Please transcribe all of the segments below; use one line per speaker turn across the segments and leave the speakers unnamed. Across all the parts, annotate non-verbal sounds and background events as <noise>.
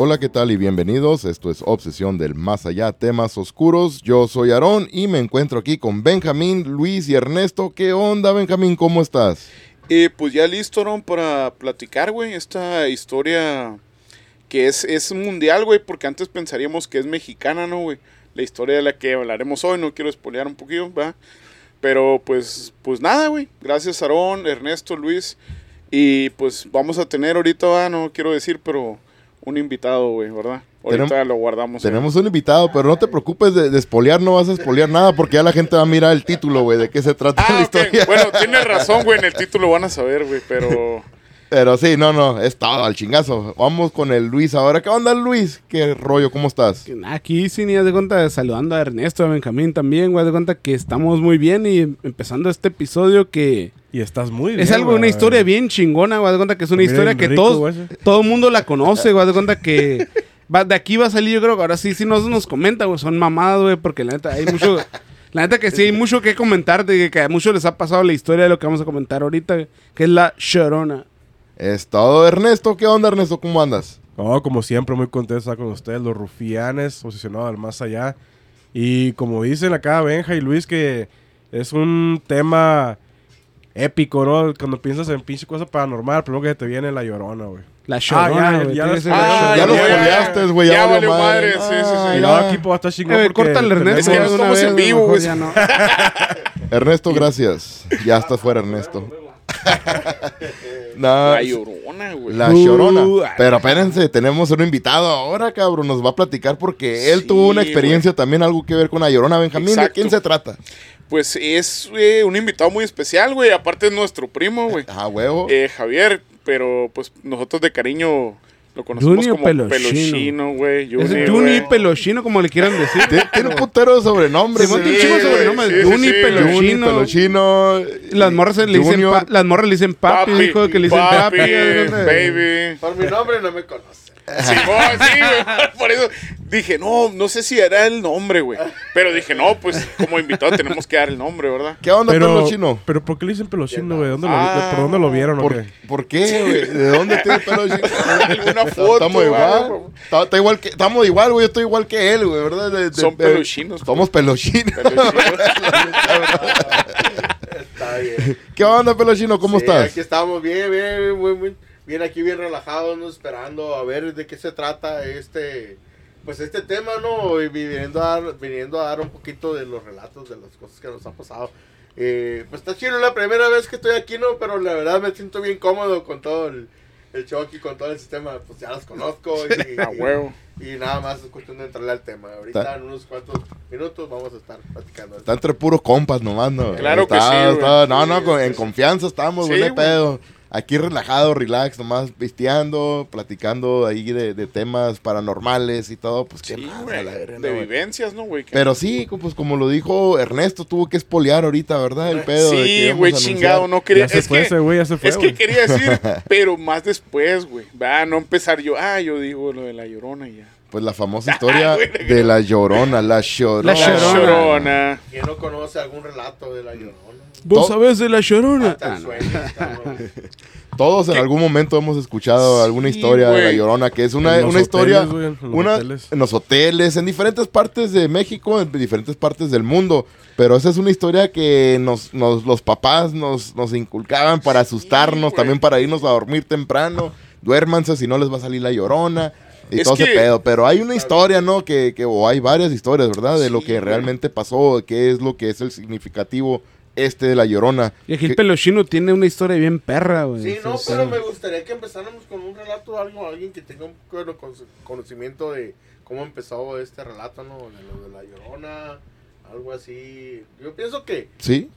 Hola, ¿qué tal y bienvenidos? Esto es Obsesión del Más Allá, temas oscuros. Yo soy Aarón y me encuentro aquí con Benjamín, Luis y Ernesto. ¿Qué onda, Benjamín? ¿Cómo estás?
Y pues ya listo, Aarón, para platicar, güey, esta historia que es, es mundial, güey, porque antes pensaríamos que es mexicana, ¿no, güey? La historia de la que hablaremos hoy, no quiero espolear un poquillo, ¿va? Pero pues, pues nada, güey. Gracias, Aarón, Ernesto, Luis. Y pues vamos a tener ahorita, ¿va? no quiero decir, pero un invitado, güey, ¿verdad? Ahorita
Tenem-
lo guardamos. ahí.
Tenemos un invitado, pero no te preocupes de, de espolear, no vas a espolear nada porque ya la gente va a mirar el título, güey, de qué se trata la
Ah, ok.
historia.
Bueno, tienes razón, güey. En el título van a saber, güey. Pero
Pero sí, no, no, es todo al chingazo. Vamos con el Luis ahora. ¿Qué onda, Luis? ¿Qué rollo? ¿Cómo estás?
Aquí sí, ni haz de cuenta, saludando a Ernesto, a Benjamín también, güey, haz de cuenta que estamos muy bien y empezando este episodio que
Y estás muy bien.
es algo, una
güey.
historia bien chingona, güey, haz de cuenta que es una
Bien
historia que
rico,
todos,
güey, ese.
todo el mundo la conoce, güey, haz de cuenta que va- de aquí va a salir, yo creo que ahora sí, sí nos, nos comenta, güey, son mamadas, güey, porque la neta hay mucho, la neta que sí hay mucho que comentar, de que a muchos les ha pasado la historia de lo que vamos a comentar ahorita, güey, que es la Sharona.
Es todo, Ernesto. ¿Qué onda, Ernesto? ¿Cómo andas?
No, como siempre, muy contento de estar con ustedes, los rufianes, posicionados al más allá. Y como dicen acá Benja y Luis, que es un tema épico, ¿no? Cuando piensas en pinche cosa paranormal, primero que te viene la llorona, güey.
La
ya,
Sharona,
ya
güey.
la-
tiene ese-
Ah,
ya
ya,
lo
ya,
espoleaste, güey. Ya,
ya
valió
valió
madre.
madre, sí, sí, sí.
Y
Ay,
no,
ya.
aquí pues va a estar chingón
Eh,
porque
córtale, Ernesto.
Es que
tenemos-
no
de una
estamos en
vez,
vivo,
mejor
güey.
ya no.
Ernesto, gracias. Ya está fuera, Ernesto. <laughs> No,
la llorona, güey.
Ah, la
Uh,
llorona.
ah.
Pero espérense, tenemos un invitado ahora, cabrón. Nos va a platicar porque él
Sí,
tuvo una experiencia también, algo que ver con la llorona. Benjamín, ¿de
Exacto.
quién se trata?
Pues es eh, un invitado muy especial, güey. Aparte es nuestro primo, güey.
Ah, huevo.
Eh, Javier, pero pues nosotros de cariño lo conocemos
Junior
como
Pelochino.
Pelochino, güey.
Es
Juni,
Juni
güey.
Pelochino, como le quieran decir.
Tiene- Tiene un putero de sobrenombre,
Simón,
güey.
tiene un chingo de
güey,
sobrenombres.
sí, sí,
Juni
sí, güey.
Pelochino.
Juni, Pelochino.
Las morras se le dicen
Junior.
pa- las morras le dicen papi, dijo que le dicen papi.
papi,
¿dónde?
<laughs>
baby.
Por mi nombre no me conoce.
Sí, no, sí, güey. Por eso dije, no, no sé si era el nombre, güey. Pero dije, no, pues como invitado tenemos que dar el nombre, ¿verdad?
¿Qué onda,
Pero,
Pelochino?
pero ¿por qué le dicen pelochino, güey? ¿Dónde lo
Ah.
vi- ¿Por dónde lo vieron? o
¿Por,
qué?
¿Por qué, güey? ¿De dónde tiene Pelochino?
<laughs> Alguna foto.
Estamos
güey.
igual. Está- está igual que- Estamos igual, güey. Yo estoy igual que él, güey, ¿verdad? De- de-
Son pues.
de-
peluchinos.
Somos pelochinos.
Está bien.
¿Qué onda, pelochino? <laughs> ¿Cómo
Sí,
estás?
Aquí estamos bien, bien, bien, bien, bien aquí bien relajados, ¿no? esperando a ver de qué se trata este, pues este tema, ¿no? Y viniendo a dar, viniendo a dar un poquito de los relatos de las cosas que nos han pasado. Eh, pues está chido, es la primera vez que estoy aquí, ¿no? Pero la verdad me siento bien cómodo con todo el, el show aquí, con todo el sistema. Pues ya los conozco. Y,
A huevo.
y nada más es cuestión de entrarle al tema. Ahorita en unos cuantos minutos vamos a estar platicando. de
Está entre puros compas nomás, ¿no?
Claro que
Está-
sí, güey.
está- No, no,
Sí,
con-
sí,
en
sí.
confianza estamos,
Sí,
güey, no hay
güey.
pedo. Aquí relajado, relax, nomás pisteando, platicando ahí de, de temas paranormales y todo, pues qué
Sí,
más,
güey,
a la verga,
De
güey.
vivencias, ¿no, güey? Que-
Pero sí, co- pues como lo dijo Ernesto, tuvo que espolear ahorita, ¿verdad? El pedo. de que
Eh, Sí,
íbamos
güey,
a anunciar.
chingado, no quería.
Ya se
es
fue
que,
ese güey, ya se fue,
es que
güey.
quería decir, pero más después, güey. Va, no empezar yo. Ah, yo digo lo de la llorona y ya.
Pues la famosa historia
Güey,
de la llorona, la llorona.
La
La
Llorona.
Ah, llorona.
¿Quién no conoce algún relato de la
Mm.
llorona?
Vos
To-
sabés de la Sharona.
Hasta
Ah,
el sueño, cabrón.
Todos en algún momento hemos escuchado
Sí,
alguna historia de la
güey.
llorona, que es una,
En los
una historia,
hoteles, güey, en los
una-
hoteles.
en los hoteles, en diferentes partes de México, en diferentes partes del mundo. Pero esa es una historia que nos, nos- los papás nos, nos inculcaban para asustarnos,
güey.
también para irnos a dormir temprano. Duérmanse si no les va a salir la llorona. Y
Es
todo ese
que-
pedo. Pero hay una historia, ¿no? Que, que- o hay varias historias, ¿verdad? De lo
Sí,
que
güey.
realmente pasó, de qué es lo que es el significativo este de la llorona.
Y aquí el
Que-
Pelochino tiene una historia bien perra, güey.
Sí, no,
Sí,
pero
sí.
me gustaría que empezáramos con un relato, algo, alguien que tenga un poco de con- conocimiento de cómo empezó este relato, ¿no? De lo de la llorona, algo así. Yo pienso que.
Sí.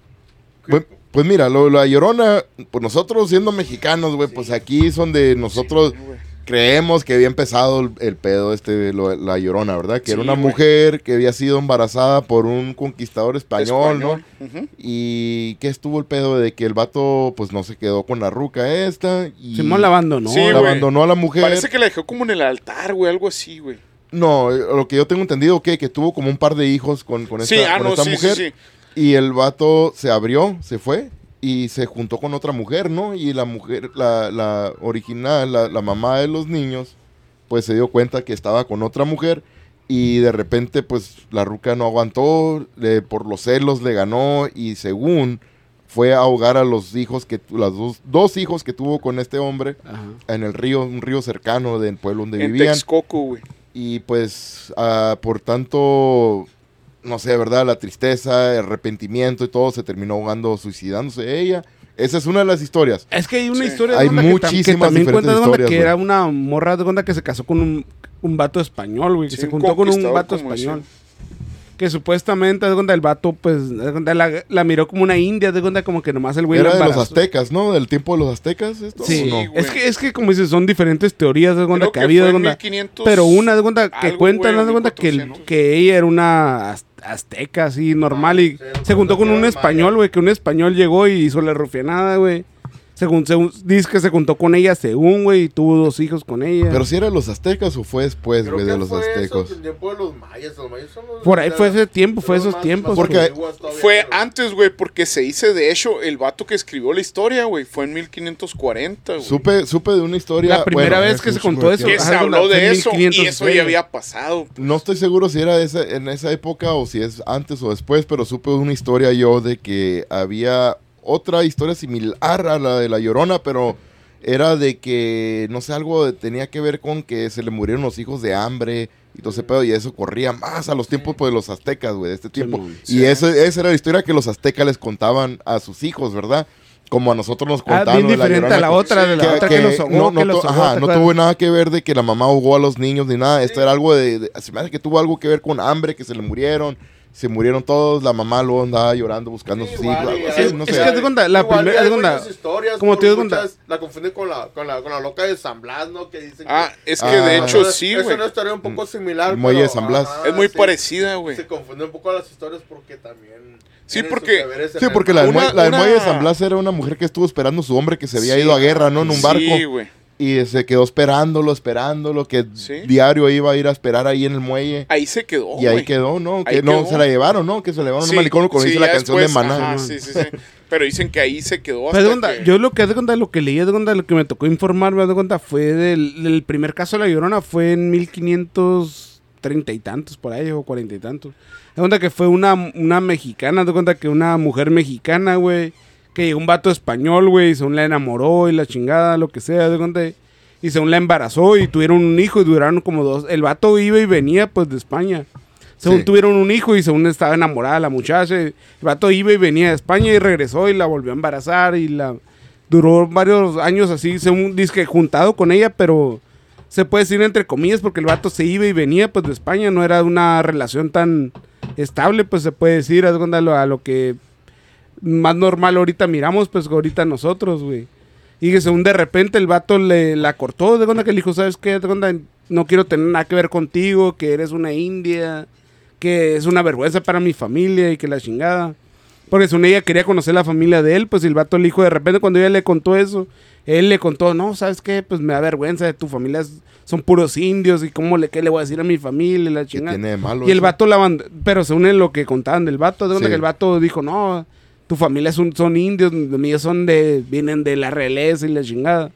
Pues, pues mira, lo, la llorona, pues nosotros siendo mexicanos, güey, pues aquí es donde nosotros
Sí, güey.
creemos que había empezado el, el pedo este, lo- la llorona, ¿verdad? Que era
Sí,
una
güey.
mujer que había sido embarazada por un conquistador español, ¿no?
Ujú.
Y que estuvo el pedo de que el vato, pues no se quedó con la ruca esta. Y
Simón la abandonó.
Sí,
la
güey.
güey.
abandonó a la mujer.
Parece que la dejó como en el altar, güey, algo así, güey.
No, eh, lo que yo tengo entendido que, que tuvo como un par de hijos con, con esta,
Sí, ah,
con
no,
esta
sí,
mujer.
sí, sí.
Y el vato se abrió, se fue y se juntó con otra mujer, ¿no? Y la mujer, la, la original, la, la mamá de los niños, pues se dio cuenta que estaba con otra mujer y de repente pues la ruca no aguantó, le- por los celos le ganó y según fue a ahogar a los hijos que tu- las dos, dos hijos que tuvo con este hombre
Ajá.
en el río, un río cercano del pueblo donde
En
vivían
Texcoco, güey.
y pues ah, por tanto no sé, ¿verdad? La tristeza, el arrepentimiento y todo se terminó ahogando, suicidándose ella. Esa es una de las historias.
Es que hay una
Sí.
historia
Hay
onda, que tam- que,
muchísimas
también
diferentes
cuenta de onda,
historias,
que
güey.
era una morra de onda que se casó con un, un vato español, güey, que
Sí,
se
un
juntó con un
conquistador,
vato
como
español. Que supuestamente, de onda, el vato, pues, de onda, la, la miró como una india, de onda, como que nomás el güey
Era
la
de los
embarazó.
aztecas, ¿no? Del tiempo de los aztecas, esto.
Sí,
¿o no?
Sí, güey.
es, que, es que como dices, son diferentes teorías, de onda,
Creo
que ha habido,
fue
de
en
onda.
1500
Pero una de cuenta que
algo,
cuentan,
güey,
haz de cuenta que, el-
1400.
que ella era una az- azteca así normal y
sí, era
se juntó con
una
un
maya.
español, güey, que un español llegó y hizo la rufianada, güey. Según, según dice que se juntó con ella, según, güey, y tuvo dos hijos con ella.
Pero si era de los aztecas o fue después,
Creo
güey, de
que
los
fue eso,
aztecas.
el tiempo de los mayas. Los mayas son los-
Por ahí fue ese tiempo,
son
fue
los
esos
más-
tiempos,
más
Porque-
antiguos todavía,
Fue
pero-
antes, güey, porque se dice, de hecho, el vato que escribió la historia, güey, fue en 1540, güey.
Supe, supe de una historia.
la primera
bueno,
vez que
es
se
un
contó
chingo de
eso.
Que
ajá,
se habló
fue en
de eso y eso
1503,
ya había pasado.
Pues, No estoy seguro si era de esa- en esa época o si es antes o después, pero supe de una historia yo de que había otra historia similar a la de La Llorona, pero era de que, no sé, algo de- tenía que ver con que se le murieron los hijos de hambre y todo ese pedo, y eso corría más a los tiempos pues, de los aztecas, güey, de este tiempo.
mon.
y ese- esa era la historia que los aztecas les contaban a sus hijos, ¿verdad? Como a nosotros nos
Ah,
contaban.
bien
de
diferente a
Llorona,
la otra, de la
que-
otra
que
que los ahogó,
no, no
que los
tu-
ahogó,
ajá,
¿te
no
acuerdas?
tuvo nada que ver de que la mamá ahogó a los niños ni nada. Esto era algo de, de- Se me hace que tuvo algo que ver con hambre, que se le murieron. Se murieron todos. La mamá luego andaba llorando buscando a sus hijos.
Igual,
algo
y
así,
hay-
no
es
sé.
que te cuenta, la
igual
primera-
hay
segunda-
muchas historias,
como te
por
cuenta-
muchas- La confunden con la, con, la, con la loca de San Blas, ¿no? Que dicen
Ah,
que-
es que
Ah.
de
Ah,
hecho
es-
sí,
Es
güey.
una historia un poco similar.
El muelle Mm, de
pero-
San Blas.
ajá,
Es muy
ah, sí.
parecida, güey.
Se confunden un poco las historias porque también.
Sí,
tienen sus
porque-
que veres en
Sí,
el-
porque la, del
Una-
muelle- la del
una-
muelle de San Blas era una mujer que estuvo esperando a su hombre que se había
Sí.
ido a guerra, ¿no? En un barco.
Sí, güey.
y se quedó esperándolo, esperándolo, que
Sí.
diario iba a ir a esperar ahí en el muelle.
Ahí se quedó,
y ahí
güey.
quedó, ¿no? Que
Ahí
no,
quedó.
se la llevaron, ¿no? Que se la llevaron a un manicomio como
sí,
dice la
ya
canción de
después,
Maná.
ajá,
¿no?
sí, sí, sí. Pero dicen que ahí se quedó hasta
Pero de onda,
que-
Pues, yo lo que haz de cuenta, lo que leí haz de cuenta, lo que me tocó informarme haz de cuenta fue del, del primer caso de la Llorona fue en 1530 y tantos por ahí o 40 y tantos. Haz de cuenta que fue una, una mexicana, haz de cuenta que una mujer mexicana, güey, que llegó un vato español, güey, y según la enamoró y la chingada, lo que sea, haz de cuenta y según la embarazó y tuvieron un hijo y duraron como dos. El vato iba y venía pues de España. Según
Sí.
tuvieron un hijo y según estaba enamorada la muchacha. El vato iba y venía de España y regresó y la volvió a embarazar y la duró varios años así, según disque juntado con ella, pero se puede decir entre comillas porque el vato se iba y venía pues de España, no era una relación tan estable, pues se puede decir, haz de cuenta, lo- a lo que más normal ahorita miramos, pues ahorita nosotros, güey. Y que según de repente el vato le la cortó, de onda que le dijo, ¿sabes qué? De onda, no quiero tener nada que ver contigo, que eres una india, que es una vergüenza para mi familia y que la chingada. Porque según ella quería conocer la familia de él, pues y el vato le dijo de repente cuando ella le contó eso, él le contó, no, ¿sabes qué? Pues me da vergüenza de tu familia, es- son puros indios y cómo le, qué le voy a decir a mi familia y la
Que
chingada.
tiene de malo.
Y el
eso?
vato la band- pero según en lo que contaban del vato, de donde
Sí.
que el vato dijo, no, tu familia es un- son indios, míos son de, vienen de la realeza y la chingada.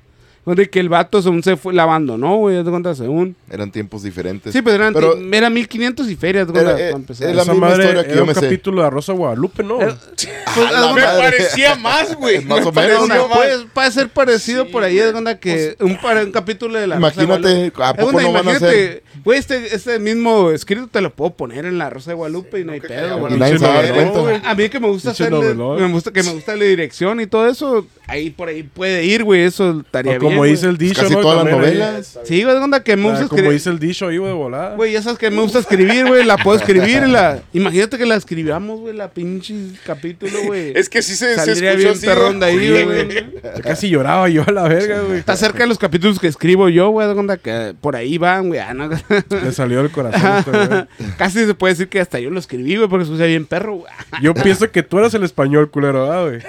Donde que el vato según se fue, la abandonó, güey, haz de cuenta, según.
Eran tiempos diferentes.
Sí, pero eran,
Pero-
ti- era 1500 y ferias, haz de
Era-
cuenta,
eh,
para empezar.
Es la
Esa
misma
madre
historia que
era
yo
un
me sé. Eh,
capítulo de Rosa de Guadalupe, ¿no?
Era-
A la
Me
madre.
parecía más,
<laughs>
güey.
Más
Me
o menos, pues.
parecía
¿no?
más.
Puede, puede ser parecido
Sí,
por ahí, haz de
güey.
cuenta que un, par- un capítulo de la Rosa de
pues, Imagínate,
Guadalupe.
¿a
Haz de
poco
cuenta,
no van a
imagínate, Güey, este, este mismo escrito te lo puedo poner en la Rosa de Guadalupe y no hay
que
pedo,
quería,
güey.
Y nadie se va a dar
No,
cuenta.
güey.
A mí que me gusta
Pinche
hacerle,
novelón.
me gusta que me gusta la dirección y todo eso, ahí por ahí puede ir, güey, eso estaría
O como
bien.
dice el dicho,
Casi
¿no?
todas las
También ahí-
novelas.
güey. Sí, güey, de onda que me
Ah,
gusta
como
escribir-
dice el dicho ahí, güey, de volada.
Güey, ya sabes que me gusta escribir, güey, la puedo escribir,
<laughs>
la imagínate que la escribamos, güey, la pinche capítulo,
<laughs>
güey.
Es que sí se, se
Saldría
escuchó
bien
así.
perrón de ahí, güey.
Ya Casi lloraba yo a la verga, güey.
Está cerca de los capítulos que escribo yo, güey, de onda que por ahí van, güey. ah,
<laughs>
no.
Le salió el corazón. a
<laughs>
este güey.
Casi se puede decir que hasta yo lo escribí, güey, porque escuché bien perro, güey.
Yo pienso que tú eras el español, culero, ¿verdad, güey?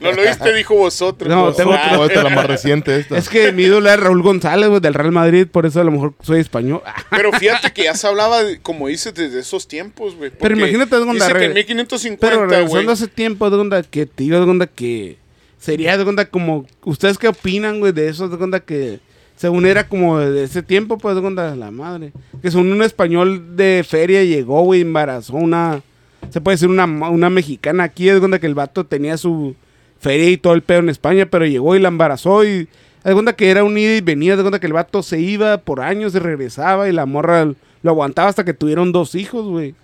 No lo oíste, dijo vosotros.
No,
Vos-
tengo
Ah,
Oh, esta es la
<laughs>
más reciente esta.
Es que mi ídolo es Raúl González, güey, del Real Madrid, por eso a lo mejor soy español.
<laughs>
ah.
Pero fíjate que ya se hablaba, de- como dices, desde esos tiempos, güey. porque
imagínate dónde
Dice que
arregla-
en
Pero
1550, güey.
regresando a ese tiempo, de onda que te digo, de onda que sería de onda como ustedes qué opinan, güey, de eso, de onda que Según era como de ese tiempo, pues, contra la madre. Que según un español de feria llegó, güey, embarazó una. Se puede decir una, ma- una mexicana aquí, es donde que el vato tenía su feria y todo el pedo en España, pero llegó y la embarazó y. Haz cuenta que era un ida y venida, haz cuenta que el vato se iba por años y regresaba y la morra lo aguantaba hasta que tuvieron dos hijos, güey.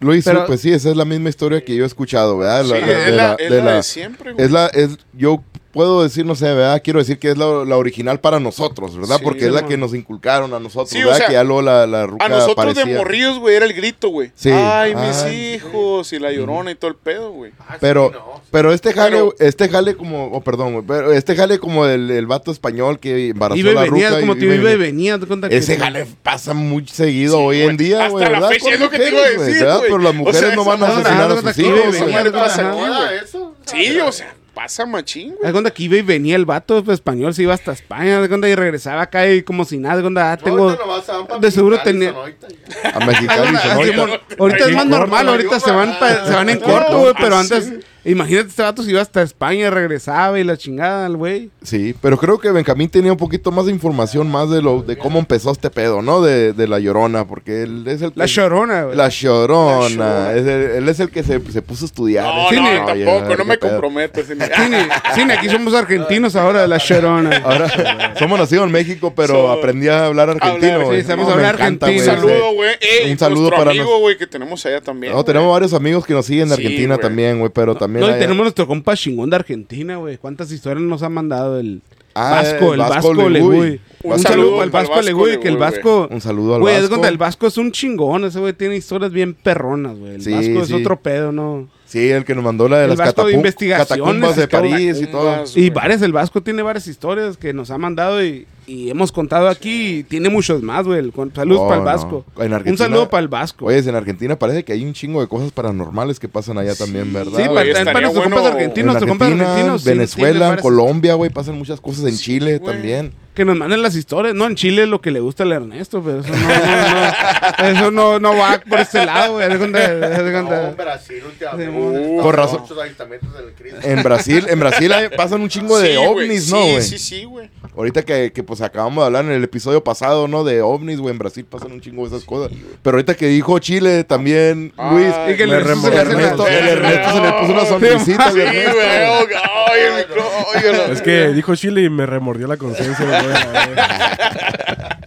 Luis, sí,
Pero-
pues sí, esa es la misma historia que yo he escuchado, ¿verdad? La-
Sí,
la-
es
de
la,
la-
es
de
la
la-
de siempre, güey.
es la- es- yo puedo decir, no sé, ¿verdad? Quiero decir que es la, la original para nosotros, ¿verdad?
Sí,
Porque es la
no.
que nos inculcaron a nosotros,
Sí, o
¿verdad?
sea,
que ya luego la, la ruca
A nosotros de
parecía.
morrillos, güey, era el grito, güey.
Sí.
Ay,
Ay,
mis
sí.
hijos y la llorona y todo el pedo, güey.
Ah, sí,
Pero,
no.
pero este jale,
Pero-
este jale como, oh, perdón, güey, pero este jale como el, el vato español que embarazó
Iba y
la
venía,
ruca. y
como te
iba
iba
y
y
venía.
venía, haz cuenta que.
Ese jale pasa muy seguido
Sí,
hoy
güey.
en día,
Hasta
güey,
la
¿verdad?
fecha
Con
es lo que te iba a
mujeres, güey,
decir,
¿verdad?
güey.
Pero las
O
mujeres
sea,
no
esa
van a
madre-
asesinar
Ah,
a sus
que iba y
hijos,
Esa
güey.
venía.
madre
ajá.
pasa aquí,
¿Moda
güey.
eso?
Sí, o sea, pasa machín, güey.
Haz cuenta que iba y venía el vato pues, español, se iba hasta España, haz cuenta y regresaba acá y como si nada, haz cuenta, ah,
No,
tengo...
ahorita nomás se van pa'
de seguro
Mexicali,
tenía-
Sonora, ya.
A Mexicali,
Ah,
Sonora.
Simón, ahorita es más normal, ahorita se van, pa- se van en corto, güey, pero antes, imagínate, este vato se iba hasta España, regresaba y la chingada, el güey.
Sí, pero creo que Benjamín tenía un poquito más de información, más de lo de cómo empezó este pedo, ¿no? De, de la llorona, porque él es el que-
La chorona, güey.
La llorona.
La Llorona.
Es el- él es el que se, se puso a estudiar.
No,
Ese-
Sí,
no,
ni-
oye, a
tampoco,
ver
no
qué
me
pedo.
comprometo. ese ni-
Cine, cine, aquí somos argentinos ahora, la chorona.
Ahora, somos nacidos en México, pero
So-
aprendí a hablar argentino.
Hablar,
güey.
sí, sabemos
No, me
hablar
encanta,
Un
argentino.
güey, ese-
saludo, güey. Ey,
Un saludo
nuestro
para
amigo,
nos-
güey, que tenemos allá también.
No,
güey.
tenemos varios amigos que nos siguen de
Sí,
Argentina
güey.
también, güey, pero también.
No, y
hay-
tenemos nuestro compa chingón de Argentina, güey. ¿Cuántas historias nos ha mandado el
Ah,
Vasco, el Vasco Legui?
Un
Un
saludo
saludo al
para el
Vasco
Vasco
Legui, que el
Legui,
Vasco...
Un saludo al
Güey, haz
Vasco.
cuenta, el Vasco es un chingón, ese güey tiene historias bien perronas, güey. El
Sí,
Vasco
sí.
es otro pedo, ¿no?
Sí, el que nos mandó la de
El
las
Vasco de
catapu-
investigaciones
catacumbas
y
de
todo.
París y todo.
Catacumbas,
Y
güey.
varias, el Vasco tiene varias historias que nos ha mandado y, y hemos contado aquí. y tiene muchos más, güey. Con- Saludos
No,
para el
Oh, no.
Vasco.
En
Un
Argentina-
saludo para el Vasco.
Oye, en Argentina parece que hay un chingo de cosas paranormales que pasan allá también, ¿verdad?
sí,
güey?
para,
güey,
también para
estaría
nuestros
bueno-
compas
En
argentinos, nuestros compas
Argentina,
argentinos. sí, sí,
Venezuela,
tiene
en
varias-
Colombia, güey, pasan muchas cosas. En Chile
güey.
también.
Que nos manden las historias. No, en Chile es lo que le gusta al Ernesto, pero eso no, no, no, eso no, no va por este lado, güey. Haz de cuenta- haz de
No,
cuenta.
en Brasil últimamente.
Simón.
están
Con razón.
muchos avistamientos del Cristo.
En Brasil, en Brasil hay- pasan un chingo de
Sí, güey,
ovnis, ¿no, güey?
Sí, sí, sí, güey.
Ahorita que, que, pues acabamos de hablar en el episodio pasado, ¿no? De ovnis, güey, en Brasil pasan un chingo de esas cosas. Pero ahorita que dijo Chile también,
Ah,
Luis.
Y que
el
me
Ernesto se le
remor-
hace la-
Ernesto, el Ernesto se le puso una
Sí,
sonrisita,
Sí,
el
güey.
Ernesto.
oh, Ay, el micro- ay, el-
Es que dijo Chile y me remordió la conciencia. güey, la